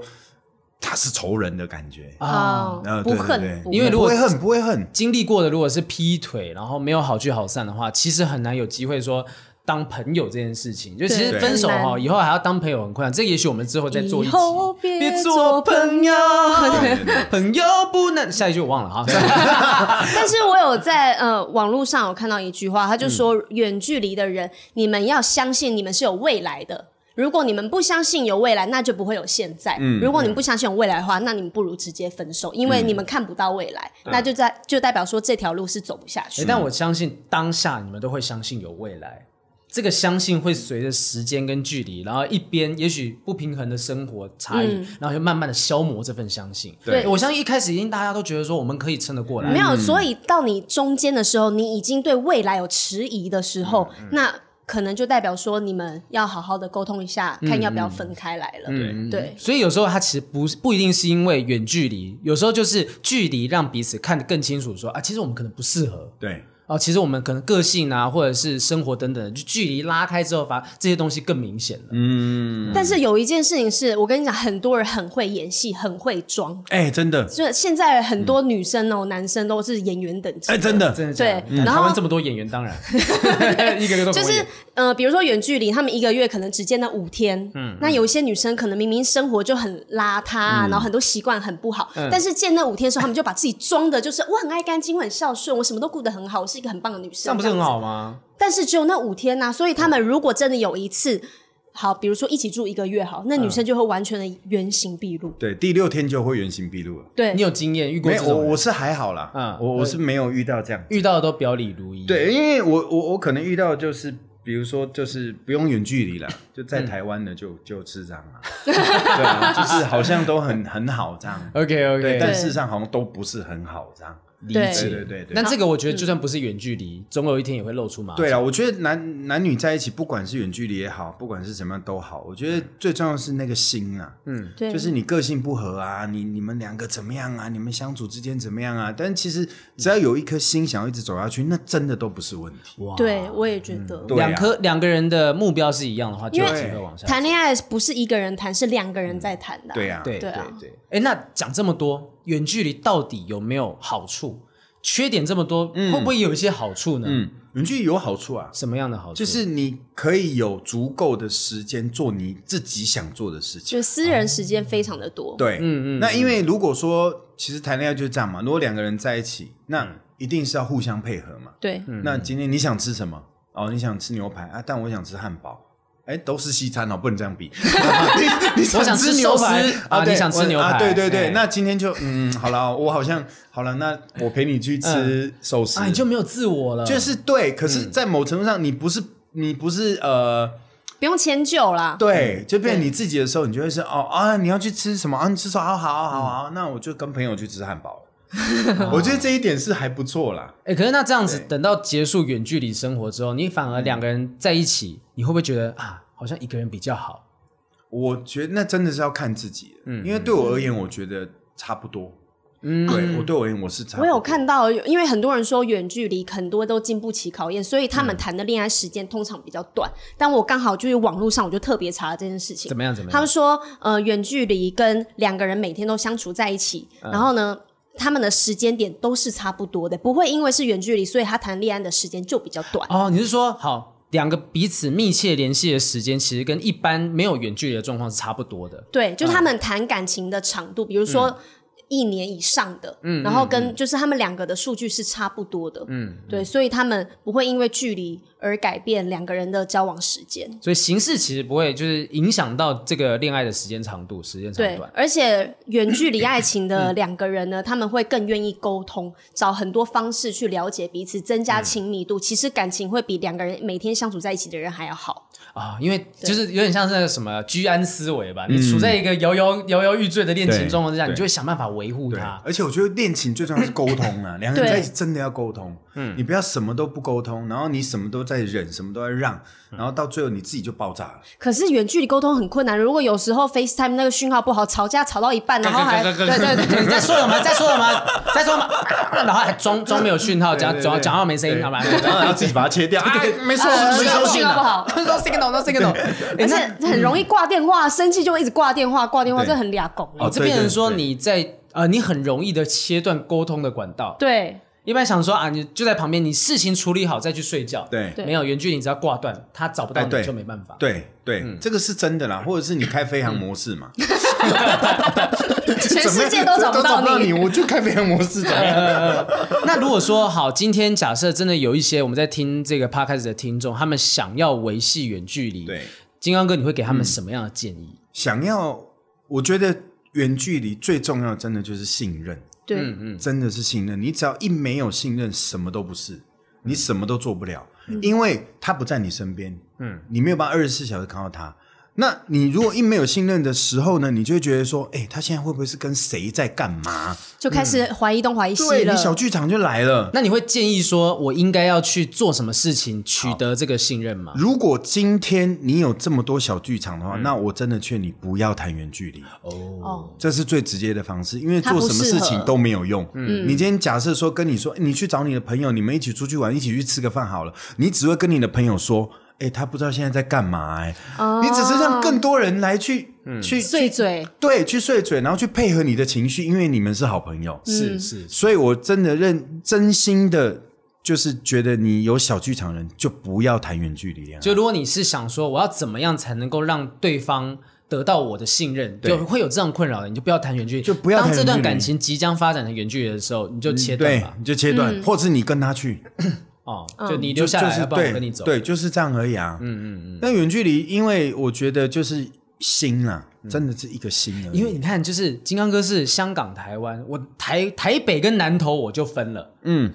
S3: 他是仇人的感觉，
S2: 啊
S3: 然后，
S2: 不
S3: 呃对对
S2: 恨
S3: 对，
S2: 不
S1: 因为如果
S3: 不会恨不会恨，
S1: 经历过的如果是劈腿，然后没有好聚好散的话，其实很难有机会说当朋友这件事情。就其实
S3: 对
S1: 分手
S2: 很
S1: 哈，
S2: 难
S1: 以后还要当朋友很困难。这也许我们之后再做一
S2: 以
S1: 集。
S2: 后别
S1: 做朋友，
S3: 对对对
S1: 朋友不能。下一句我忘了 啊。
S2: 但是我有在呃网络上有看到一句话，他就说
S3: 嗯
S2: 远距离的人，你们要相信你们是有未来的。如果你们不相信有未来，那就不会有现在。
S3: 嗯
S2: 如果你们不相信有未来的话，那你们不如直接分手，因为你们看不到未来，
S3: 嗯
S2: 那就在就代表说这条路是走不下去
S1: 诶
S2: 的。
S1: 哎但我相信当下你们都会相信有未来，这个相信会随着时间跟距离，然后一边也许不平衡的生活差异，然后就慢慢的消磨这份相信。
S2: 嗯
S1: 哎
S2: 对
S1: 我相信一开始一定大家都觉得说我们可以撑得过来，
S2: 没有，所以到你中间的时候，你已经对未来有迟疑的时候，那可能就代表说你们要好好的沟通一下，看要不要分开来了。对，
S1: 所以有时候它其实不是不一定是因为远距离，有时候就是距离让彼此看得更清楚说啊，其实我们可能不适合。
S3: 对。
S1: 哦，其实我们可能个性啊，或者是生活等等的，就距离拉开之后，发这些东西更明显了。
S3: 嗯，
S2: 但是有一件事情是我跟你讲，很多人很会演戏，很会装。
S3: 哎，真的，
S2: 就是现在很多女生哦，男生都是演员等级。
S3: 哎，真的，
S1: 真的假
S2: 对
S1: 的，嗯
S2: 然
S1: 台
S2: 后
S1: 湾这么多演员，当 然一个个都
S2: 就
S1: 跟我
S2: 是
S1: 演
S2: 呃，比如说远距离，他们一个月可能只见那五天，嗯，那有一些女生可能明明生活就很邋遢啊，
S1: 嗯
S2: 然后很多习惯很不好，但是见那五天的时候，他们就把自己装的就是我很爱干净，我很孝顺，我什么都顾得很好，我是一个很棒的女生，
S1: 这样不是很
S2: 样子
S1: 好吗？
S2: 但是只有那五天呐、所以他们如果真的有一次，好，比如说一起住一个月，好，那女生就会完全的原形毕露，
S3: 对，第六天就会原形毕露了。
S2: 对
S1: 你，有经验遇过
S3: 没
S1: 这
S3: 有，我
S1: 种人
S3: 我是还好啦，
S1: 嗯
S3: 我我是没有遇到这样。
S1: 遇到的都表里如一。，
S3: 对，因为我我我可能遇到就是，比如说就是不用远距离了，就在台湾的就、就吃这样啊，对啊，就是好像都很很好这样，
S1: OK
S3: 对，但
S1: OK，
S2: 对
S3: 事实上好像都不是很好这样。
S1: 理
S2: 对
S1: 解。
S3: 对对对对
S1: 那这个我觉得就算不是远距离，总有一天也会露出马脚。
S3: 对啊，我觉得男男女在一起，不管是远距离也好，不管是什么样都好，我觉得最重要的是那个心啊，
S1: 嗯，
S2: 对，
S3: 就是你个性不合啊，你你们两个怎么样啊，你们相处之间怎么样啊？但其实只要有一颗心想要一直走下去，那真的都不是问题。
S1: 哇，嗯
S2: 对，我也觉得。
S3: 对啊
S1: 两颗两个人的目标是一样的话，就有
S3: 因为
S1: 机会往下走。
S2: 谈恋爱不是一个人谈，是两个人在谈的啊、
S3: 对呀、
S1: 对
S2: 对啊
S3: 对，
S1: 哎，那讲这么多，远距离到底有没有好处？缺点这么多，会不会有一些好处呢？
S3: 嗯，远距离有好处啊，
S1: 什么样的好处？
S3: 就是你可以有足够的时间做你自己想做的事情。
S2: 就私人时间非常的多。
S3: 对，嗯嗯。那因为如果说其实谈恋爱就是这样嘛，如果两个人在一起，那一定是要互相配合嘛。
S2: 对
S1: 嗯
S3: 那今天你想吃什么？哦，你想吃牛排啊，但我想吃汉堡。哎，都是西餐哦，不能这样比。 你你
S1: 我想吃
S3: 吃牛
S1: 寿司
S3: 排
S1: 啊
S3: 对
S1: 你想吃
S3: 我
S1: 牛排
S3: 啊？对对
S1: 哎
S3: 对，那今天就嗯，好了，我好像好了，那我陪你去吃寿司。
S1: 嗯啊，你就嗯没有自我了，
S3: 就是对，可是，在某程度上，你不是你不是呃，
S2: 不用迁就啦。
S3: 对，
S1: 嗯
S3: 就变成
S2: 对
S3: 你自己的时候，你就会是哦啊，你要去吃什么啊？你吃什么？好好好
S1: 嗯
S3: 好，那我就跟朋友去吃汉堡 了。我觉得这一点是还不错啦。
S1: 哎、可是那这样子，
S3: 对
S1: 等到结束远距离生活之后，你反而两个人在一起，你会不会觉得啊，好像一个人比较好？
S3: 我觉得那真的是要看自己的，因为对我而言，我觉得差不多。
S1: 嗯
S3: 对我对我而言，我是差不
S2: 我
S3: 多。
S2: 有看到，有因为很多人说远距离很多都经不起考验，所以他
S1: 嗯
S2: 们谈的恋爱时间通常比较短。但我刚好就是网络上我就特别查了这件事情
S1: 怎，么样？怎么
S2: 他
S1: 样
S2: 们？说呃远距离跟两个人每天都相处在一起，
S1: 嗯
S2: 然后呢。他们的时间点都是差不多的，不会因为是远距离，所以他谈恋爱的时间就比较短。
S1: 哦，你是说好两个彼此密切联系的时间，其实跟一般没有远距离的状况是差不多的。
S2: 对，就是他们谈感情的长度，比如说一年以上的，然后跟就是他们两个的数据是差不多的，嗯，对，所以他们不会因为距离而改变两个人的交往时间，
S1: 所以形式其实不会就是影响到这个恋爱的时间长度、时间长
S2: 对
S1: 短，。
S2: 而且远距离爱情的两个人呢，他们会更愿意沟通，找很多方式去了解彼此，增加亲密度，其实感情会比两个人每天相处在一起的人还要好，
S1: 啊，因为就是有点像是那个什么居安思危吧，你处在一个摇摇摇摇欲坠的恋情
S3: 嗯对
S1: 状况之下，你
S3: 对
S1: 就会想办法维护
S3: 对
S1: 它，。
S3: 而且我觉得恋情最重要是沟通 啊，两个人在一起真的要沟通。嗯，你不要什么都不沟通，然后你什么都在忍，什么都在让，
S1: 嗯
S3: 然后到最后你自己就爆炸了。
S2: 可是远距离沟通很困难，如果有时候 FaceTime 那个讯号不好，吵架吵到一半，然后还对对对，
S1: 你再说了吗？再说了吗？再说了吗？然后还装装没有讯号，讲
S3: 对对
S1: 讲
S3: 对
S1: 讲话没声音，好吧？
S3: 然后要自己把它切掉。哎，没错，
S2: 呃
S1: 哦
S3: 没
S2: 信号
S3: 收信
S2: 不
S3: 了。
S2: 好，
S1: 都 signal 都 signal，
S3: 哎
S2: 而且很容易挂电话，生气就会一直挂电话，挂电话
S3: 嗯对
S2: 这很俩拱。
S1: 哦，这
S3: 对
S1: 变成
S3: 对
S1: 说
S3: 对
S1: 你在呃，你很容易的切断沟通的管道。
S2: 对
S1: 一般想说啊，你就在旁边，你事情处理好再去睡觉。
S3: 对
S2: 对
S1: 没有远距离，只要挂断，他找不到
S3: 哎
S1: 你
S3: 对
S1: 就没办法。
S3: 对
S1: 嗯
S3: 对，这个是真的啦，或者是你开飞行模式嘛，
S2: 全 世界都找不到
S3: 你，
S2: 你。
S3: 我就开飞行模式怎么 样？
S1: 那如果说好，今天假设真的有一些我们在听这个 podcast 的听众，他们想要维系远距离，
S3: 对，嗯
S1: 金刚哥，你会给他们什么样的建议？
S3: 想要，我觉得远距离最重要，真的就是信任，
S2: 对，
S3: 真的是信任。你只要一没有信任，什么都不是，你什么都做不了，因为他不在你身边，嗯，你没有办法二十四小时看到他。那你如果一没有信任的时候呢，你就会觉得说，哎、他现在会不会是跟谁在干嘛？
S2: 就开始怀疑东怀疑西
S3: 对
S2: 了
S3: 你。小剧场就来了。
S1: 那你会建议说我应该要去做什么事情取得这个信任吗？
S3: 如果今天你有这么多小剧场的话，那我真的劝你不要谈远距离，
S2: 哦，
S3: 这是最直接的方式，因为
S2: 它不
S3: 做什么事
S2: 适
S3: 情
S2: 合
S3: 都没有用。嗯，你今天假设说跟你说，哎诶你去找你的朋友，你们一起出去玩，一起去吃个饭好了，你只会跟你的朋友说，哎、他不知道现在在干嘛、诶
S2: 哦
S3: 你只是让更多人来去、
S1: 嗯
S3: 去
S2: 碎嘴，
S3: 对去碎嘴，然后去配合你的情绪，因为你们是好朋友。
S1: 是
S2: 嗯
S1: 是，
S3: 所以我真的认真心的，就是觉得你有小剧场人就不要谈远距离恋爱。
S1: 就如果你是想说我要怎么样才能够让对方得到我的信任，
S3: 对
S1: 有会有这样困扰的，你就不要谈远距离，
S3: 就不要谈
S1: 当这段
S3: 远距离嗯
S1: 感情即将发展成远距离的时候，你就切断
S3: 对
S1: 吧，。
S3: 你就切断，或者是你跟他去，
S1: 哦，
S2: 嗯
S1: 就你
S3: 就
S1: 留下来，
S3: 就是
S1: 要不然我
S3: 对，
S1: 跟你走。
S3: 对，就是这样而已啊。嗯嗯嗯。那远距离，因为我觉得就是心啊，真的是一个心而已。
S1: 因为你看，就是金刚哥是香港、台湾，我台台北跟南投我就分了。
S3: 嗯，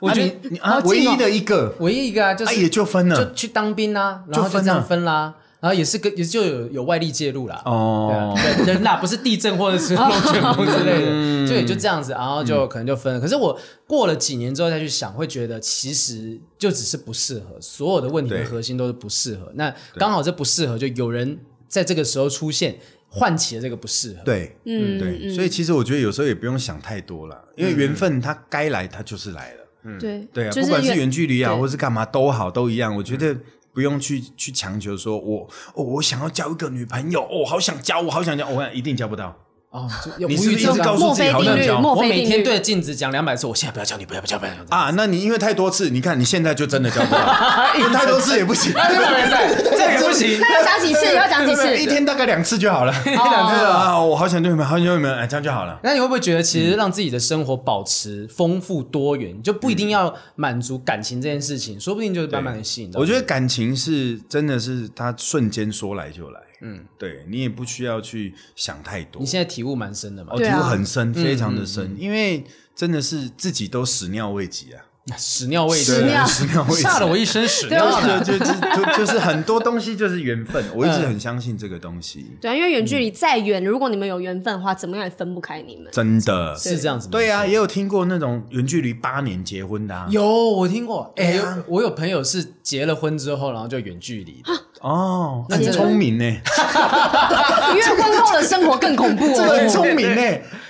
S1: 我觉
S3: 啊
S1: 得
S3: 你啊，
S2: 好近哦
S3: 唯一的一个，
S1: 唯一一个啊，就
S3: 啊
S1: 是、
S3: 也就分
S1: 就
S3: 了
S1: 去当兵啦、然后
S3: 就
S1: 就
S3: 分
S1: 这样
S3: 了
S1: 分啦，然后也是跟也就有有外力介入啦。对啊
S3: 哦。
S1: 人人啦，不是地震或者是龙卷风之类
S3: 嗯
S1: 的，就也就这样子，然后就可能就分了。可是我过了几年之后再去想，会觉得其实就只是不适合，所有的问题的
S3: 对
S1: 核心都是不适合。那刚好这不适合，就有人在这个时候出现，唤起了这个不适合。
S3: 对，
S2: 嗯，
S3: 对，所以其实我觉得有时候也不用想太多了，因为缘分它该来，它就是来了。
S2: 对
S3: 对啊，
S2: 就
S3: 不管是
S2: 原
S3: 远距离啊，
S2: 对
S3: 或是干嘛都好，都一样。我觉得不用去去强求说我，哦，我想要交一个女朋友，哦，好想交，我好想交，我想一定交不到。
S1: 哦，就有
S3: 你
S1: 无
S3: 是
S1: 语
S3: 不是一
S1: 症
S3: 直
S1: 啊
S3: 告诉自己好
S2: 墨菲
S3: 想
S2: 定律
S3: 交？
S2: 墨
S1: 我
S2: 菲定律
S1: 每天对着镜子讲两百次，我现在不要叫你，不要不要不要不要啊！
S3: 啊，那你因为太多次，你看你现在就真的交不到， 因为太多次也不行，
S1: 这个没赛，啊哎这个也不行。
S2: 那要讲几次？要讲几次？
S3: 一天大概两次就好了，
S1: 哦
S3: 一两次啊，我好想交女朋友，好想交女朋友，哎，这样就好了。
S1: 那你会不会觉得，其实让自己的生活保持丰富多元，就不一
S3: 嗯
S1: 定要满足感情这件事情，说不定就是慢慢的吸引到。
S3: 我觉得感情是真的是它瞬间说来就来，嗯，对你也不需要去想太多
S1: 你。现在体悟蛮深的嘛
S3: 哦，，
S2: 对
S3: 体
S2: 啊
S3: 悟很深，非常的深，因为真的是自己都屎尿未及啊，
S1: 哎屎尿未
S2: 屎
S1: 止，
S2: 尿
S3: 屎尿未及。
S1: 吓了我一身屎
S2: 对
S1: 尿
S2: 我
S1: 呢。
S3: 就就就就是很多东西就是缘分，我一直很相信这个东西，
S2: 对啊，因为远距离再远，如果你们有缘分的话，怎么样也分不开你们。
S3: 真的
S1: 是这样子吗
S3: 对啊，也有听过那种远距离八年结婚的啊，
S1: 有我听过，哎、
S3: 对
S1: 有
S3: 啊
S1: 我有朋友是结了婚之后，然后就远距离的，
S3: 哦，
S1: 那
S3: 很
S1: 真的
S3: 聪明呢，
S2: 因为婚后的生活更恐怖
S3: 这个很
S2: 哦。
S3: 聪明呢，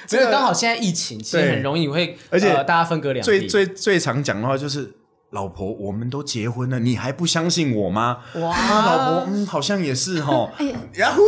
S1: 这个刚好现在疫情，其实
S3: 对
S1: 很容易会，
S3: 而且
S1: 呃、大家分隔两地。
S3: 最最最常讲的话就是。老婆，我们都结婚了，你还不相信我吗？
S1: 哇
S3: 啊老婆，嗯，好像也是 哦。
S2: 哎
S3: 然后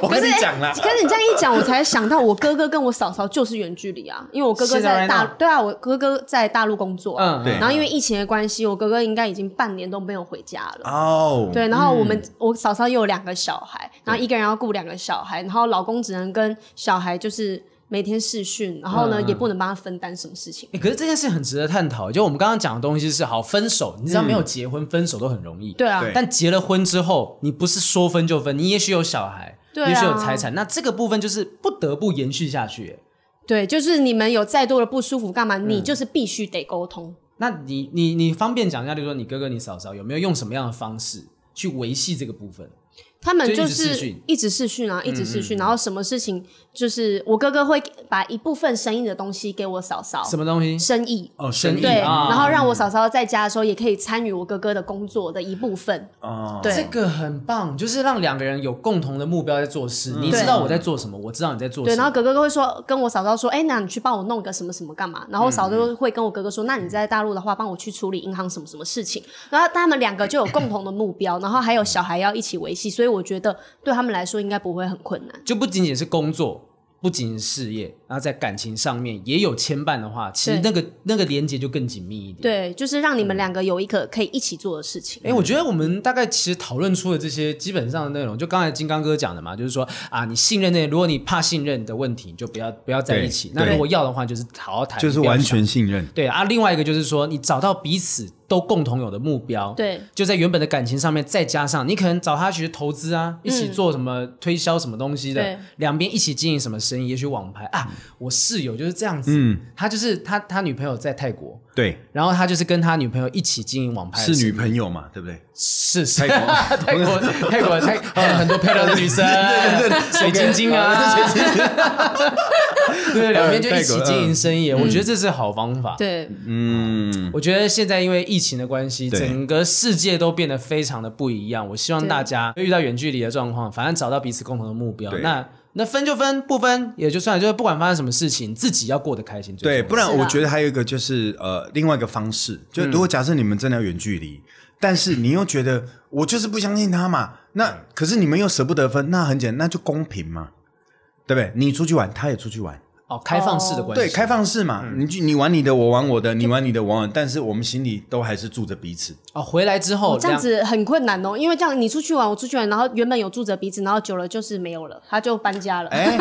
S3: 我
S2: 可
S3: 跟
S2: 是
S3: 你讲啦，
S2: 可是你这样一讲，我才想到我哥哥跟我嫂嫂就是远距离啊，因为我哥哥
S1: 是的
S2: 在大
S1: ，right now
S2: 对啊，我哥哥在大陆工作啊，
S1: 嗯，
S3: 对
S1: 嗯
S2: 然后因为疫情的关系，我哥哥应该已经半年都没有回家了。
S3: 哦，
S2: 对，然后我们、我嫂嫂也有两个小孩，然后一个人要顾两个小孩，然后老公只能跟小孩就是每天视讯，然后呢、
S1: 嗯嗯
S2: 也不能帮他分担什么事情。
S1: 欸可是这件事很值得探讨。就我们刚刚讲的东西是好分手，你知道没有结婚分手都很容易，
S2: 嗯对啊，
S3: 对
S1: 但结了婚之后，你不是说分就分，你也许有小孩，
S2: 对啊
S1: 也许有财产，那这个部分就是不得不延续下去。
S2: 对，就是你们有再多的不舒服干嘛，
S3: 嗯
S2: 你就是必须得沟通。
S1: 那你你你方便讲一下，例如说你哥哥、你嫂嫂有没有用什么样的方式去维系这个部分？
S2: 他们
S1: 就一
S2: 就
S1: 直视
S2: 是
S1: 讯嗯
S2: 一直试训啊，一直试训，然后什么事情就是我哥哥会把一部分生意的东西给我嫂嫂，
S1: 什么东西？
S2: 生意
S3: 哦，
S1: 生
S3: 生
S1: 意
S3: 意
S2: 对，
S1: 啊
S2: 然后让我嫂嫂在家的时候也可以参与我哥哥的工作的一部分。
S3: 哦，
S2: 对
S1: 这个嗯很棒，就是让两个人有共同的目标在做事。你知道我在做什么，我知道你在做
S2: 嗯对，
S1: 什
S2: 然后
S1: 么。
S2: 哥哥会说跟我嫂嫂说，哎、那你去帮我弄个什么什么干嘛？然后嫂嫂会跟我哥哥说，那你在大陆的话，帮我去处理银行什么什么事情。然后他们两个就有共同的目标，然后还有小孩要一起维系，所以我觉得对他们来说应该不会很困难。
S1: 就不仅仅是工作，不仅仅是事业，然后在感情上面也有牵绊的话，其实
S2: 对
S1: 那个那个连接就更紧密一点。
S2: 对，就是让你们两个有一个可以一起做的事情。
S1: 哎、我觉得我们大概其实讨论出的这些基本上的内容，就刚才金刚哥讲的嘛，就是说啊，你信任那，如果你怕信任的问题，你就不要不要在一起。
S3: 对
S1: 那
S3: 对
S1: 如果要的话，就是好好谈，
S3: 就是
S1: 不要
S3: 完
S1: 想
S3: 全信任。
S1: 对啊。另外一个就是说，你找到彼此都共同有的目标，
S2: 对
S1: 就在原本的感情上面再加上你可能找他去投资啊，一起做什么推销什么东西的
S2: 嗯对，嗯
S1: 两边一起经营什么生意，也许网拍啊，我室友就是这样子，他就是他他女朋友在泰国，
S3: 对，
S1: 然后他就是跟他女朋友一起经营网拍的
S3: 是
S1: 生意，
S3: 女朋友嘛，对不对？
S1: 是是
S3: 泰国
S1: 泰国泰国泰呃很多漂亮的女生，对对水晶晶啊， 对，嗯两边就一起经营生意，我觉得这是好方法。
S2: 对，
S3: 嗯，
S1: 我觉得现在因为疫情的关系，
S3: 对
S1: 整个世界都变得非常的不一样。我希望
S2: 对
S1: 大家遇到远距离的状况，反正找到彼此共同的目标。
S3: 对
S1: 那那分就分，不分也就算了，就是不管发生什么事情，自己要过得开心最
S3: 对，
S1: 重要。
S3: 不然
S2: 是啊
S3: 我觉得还有一个就是呃，另外一个方式，就如果假设你们真的要远距离，但是你又觉得我就是不相信他嘛，那可是你们又舍不得分，那很简单，那就公平嘛，对不对？你出去玩，他也出去玩，
S1: 哦，开放式的关系，
S3: 对，开放式嘛，你就你玩你的，我玩我的，你玩你的，我玩我的，但是我们心里都还是住着彼此。
S1: 哦，回来之后
S2: 这样
S1: 两
S2: 子很困难哦，因为这样你出去玩，我出去玩，然后原本有住着彼此，然后久了就是没有了，他就搬家了。
S3: 哎，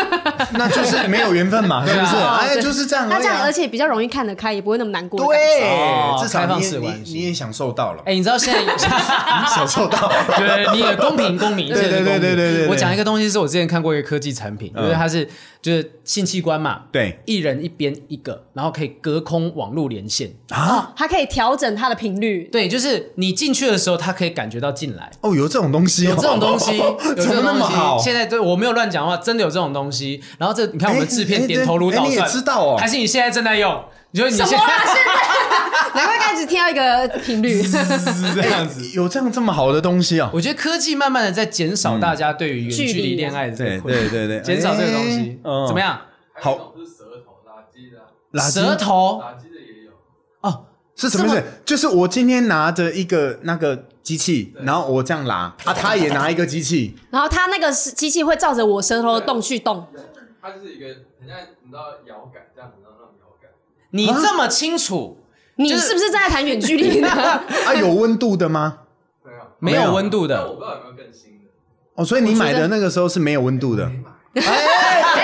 S3: 那就是没有缘分嘛，是不是？
S2: 哦
S3: 哎，
S2: 对
S3: 就是这样已啊。
S2: 那这样而呃且比较容易看得开，也不会那么难过。，
S1: 哦
S3: 对，啊至少
S1: 开放
S3: 你
S1: 式
S3: 也
S1: 关
S3: 你
S1: 系
S3: 你也享受到了，
S1: 哎、你知道现 在
S3: 享受到了。
S1: 对，你也公平公平，
S3: 对
S1: 这个
S3: 对对
S1: 公平
S3: 对对对对嗯
S1: 我讲一个东西，是我之前看过一个科技产品，就是它是就是性器官嘛，
S3: 对
S1: 一人一边一个，然后可以隔空网络连线。
S3: 啊，
S2: 他可以调整他的频率。
S1: 对，就是你进去的时候，它可以感觉到进来。
S3: 哦，有这种东西哦，
S1: 有这种东 西，有这
S3: 怎
S1: 种
S3: 么那
S1: 东
S3: 么好
S1: 西。？现在对我没有乱讲话，真的有这种东西。然后这你看我们制片点头如捣
S3: 哎你也
S1: 蒜，
S3: 知道哦
S1: 还是你现在正在用？你觉得你
S2: 什
S1: 现
S2: 么啊啦？
S1: 在
S2: 现在难怪开始听到一个频率。
S1: 是这样 子？
S3: 有这样这么好的东西哦？
S1: 我觉得科技慢慢的在减少大家对于远距离恋爱的这
S3: 对
S1: 个困扰
S3: 嗯对对对，
S1: 减少这个东西，
S3: 哎嗯
S1: 怎么样？
S3: 好，
S4: 是舌头垃圾的啊，
S3: 垃圾
S1: 舌头
S4: 垃圾的也有。
S1: 哦，
S3: 是什么意思？就是我今天拿着一个那个机器，然后我这样拿，啊，他也拿一个机器，
S2: 然后他那个是机器会照着我舌头的动去动，
S4: 它就是一个很像你知道摇杆这样子，然后那种摇杆。
S1: 你这么清楚，
S2: 你
S1: 就是
S2: 是不是正在谈远距离呢？
S3: 啊，有温度的吗？
S4: 对啊，
S1: 没有温度
S4: 但我
S1: 的，
S4: 不知道有没有更新的。
S3: 哦，所以你
S2: 我觉得
S3: 买的那个时候是没有温度的，
S2: 没
S3: 中
S2: 哎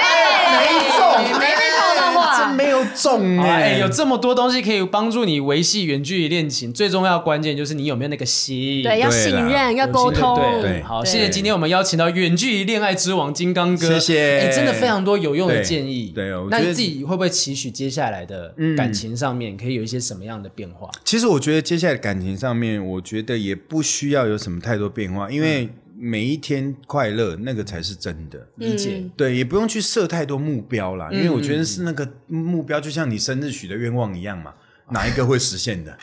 S2: 没被套到
S3: 真
S2: 话。
S3: 没有中
S1: 好啦哎，
S3: 哎，
S1: 有这么多东西可以帮助你维系远距离恋情，最重要的关键就是你有没有那个心。
S2: 对，要
S3: 对啦
S2: 信任，要
S1: 有
S2: 沟
S1: 心
S2: 通。
S1: 对
S3: 对
S1: 好，
S2: 对
S1: 谢谢今天我们邀请到远距离恋爱之王金刚哥，
S3: 谢谢
S1: 哎真的非常多有用的建议。
S3: 对对我觉
S1: 那
S3: 得
S1: 你自己会不会期许接下来的感情上面可以有一些什么样的变化？
S3: 其实我觉得接下来感情上面，我觉得也不需要有什么太多变化，因
S1: 嗯
S3: 为每一天快乐那个才是真的。
S1: 理解
S2: 嗯
S3: 对，也不用去设太多目标啦，因为我觉
S1: 嗯
S3: 得是那个目标，就像你生日许的愿望一样嘛，哪一个会实 现的？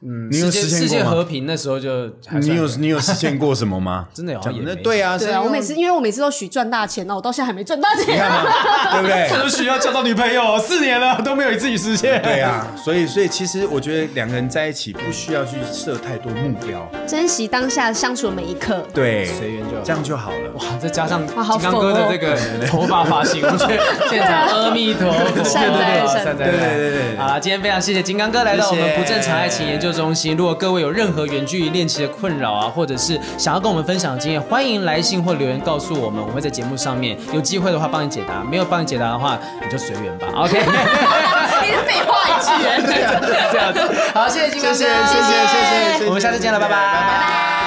S3: 嗯，你有
S1: 世
S3: 实
S1: 界世界
S3: 现过
S1: 和
S3: 吗？
S1: 平那时候就还算
S3: 你有你有实现过什么吗？
S1: 真的好
S3: 这
S1: 像
S3: 样
S1: 也
S3: 那
S1: 没
S3: 对啊，
S2: 对
S3: 是
S2: 啊，
S3: 因为
S2: 我每次因为我每次都许赚大钱哦，我到现在还没赚大
S3: 你
S2: 钱。
S3: 看嘛，对不 对？
S1: 何许要交到女朋友？四年了都没有一次实现。
S3: 对啊，所以所以其实我觉得两个人在一起不需要去设太多目标，
S2: 珍惜当下相处的每一刻。
S3: 对，
S1: 随缘就好
S3: 这样就好了。
S1: 哇，哦再加上
S2: 哇好
S1: 金刚哥的这个头发发型，我觉得现场阿弥陀佛，
S2: 善哉善
S1: 善
S2: 哉
S1: 哉
S3: 对对对对
S1: 好啦，今天非常谢谢金刚哥来到我们
S3: 谢谢
S1: 不正常爱情研究中心。如果各位有任何远距离恋情的困扰啊，或者是想要跟我们分享的经验，欢迎来信或留言告诉我们，我们会在节目上面有机会的话帮你解答，没有帮你解答的话你就随缘 吧。OK，
S2: 你是废话一句。
S1: 这样子。好，谢谢金刚哥，
S3: 谢谢谢谢谢谢谢谢，
S1: 我们下次见了，拜拜，
S3: 拜拜。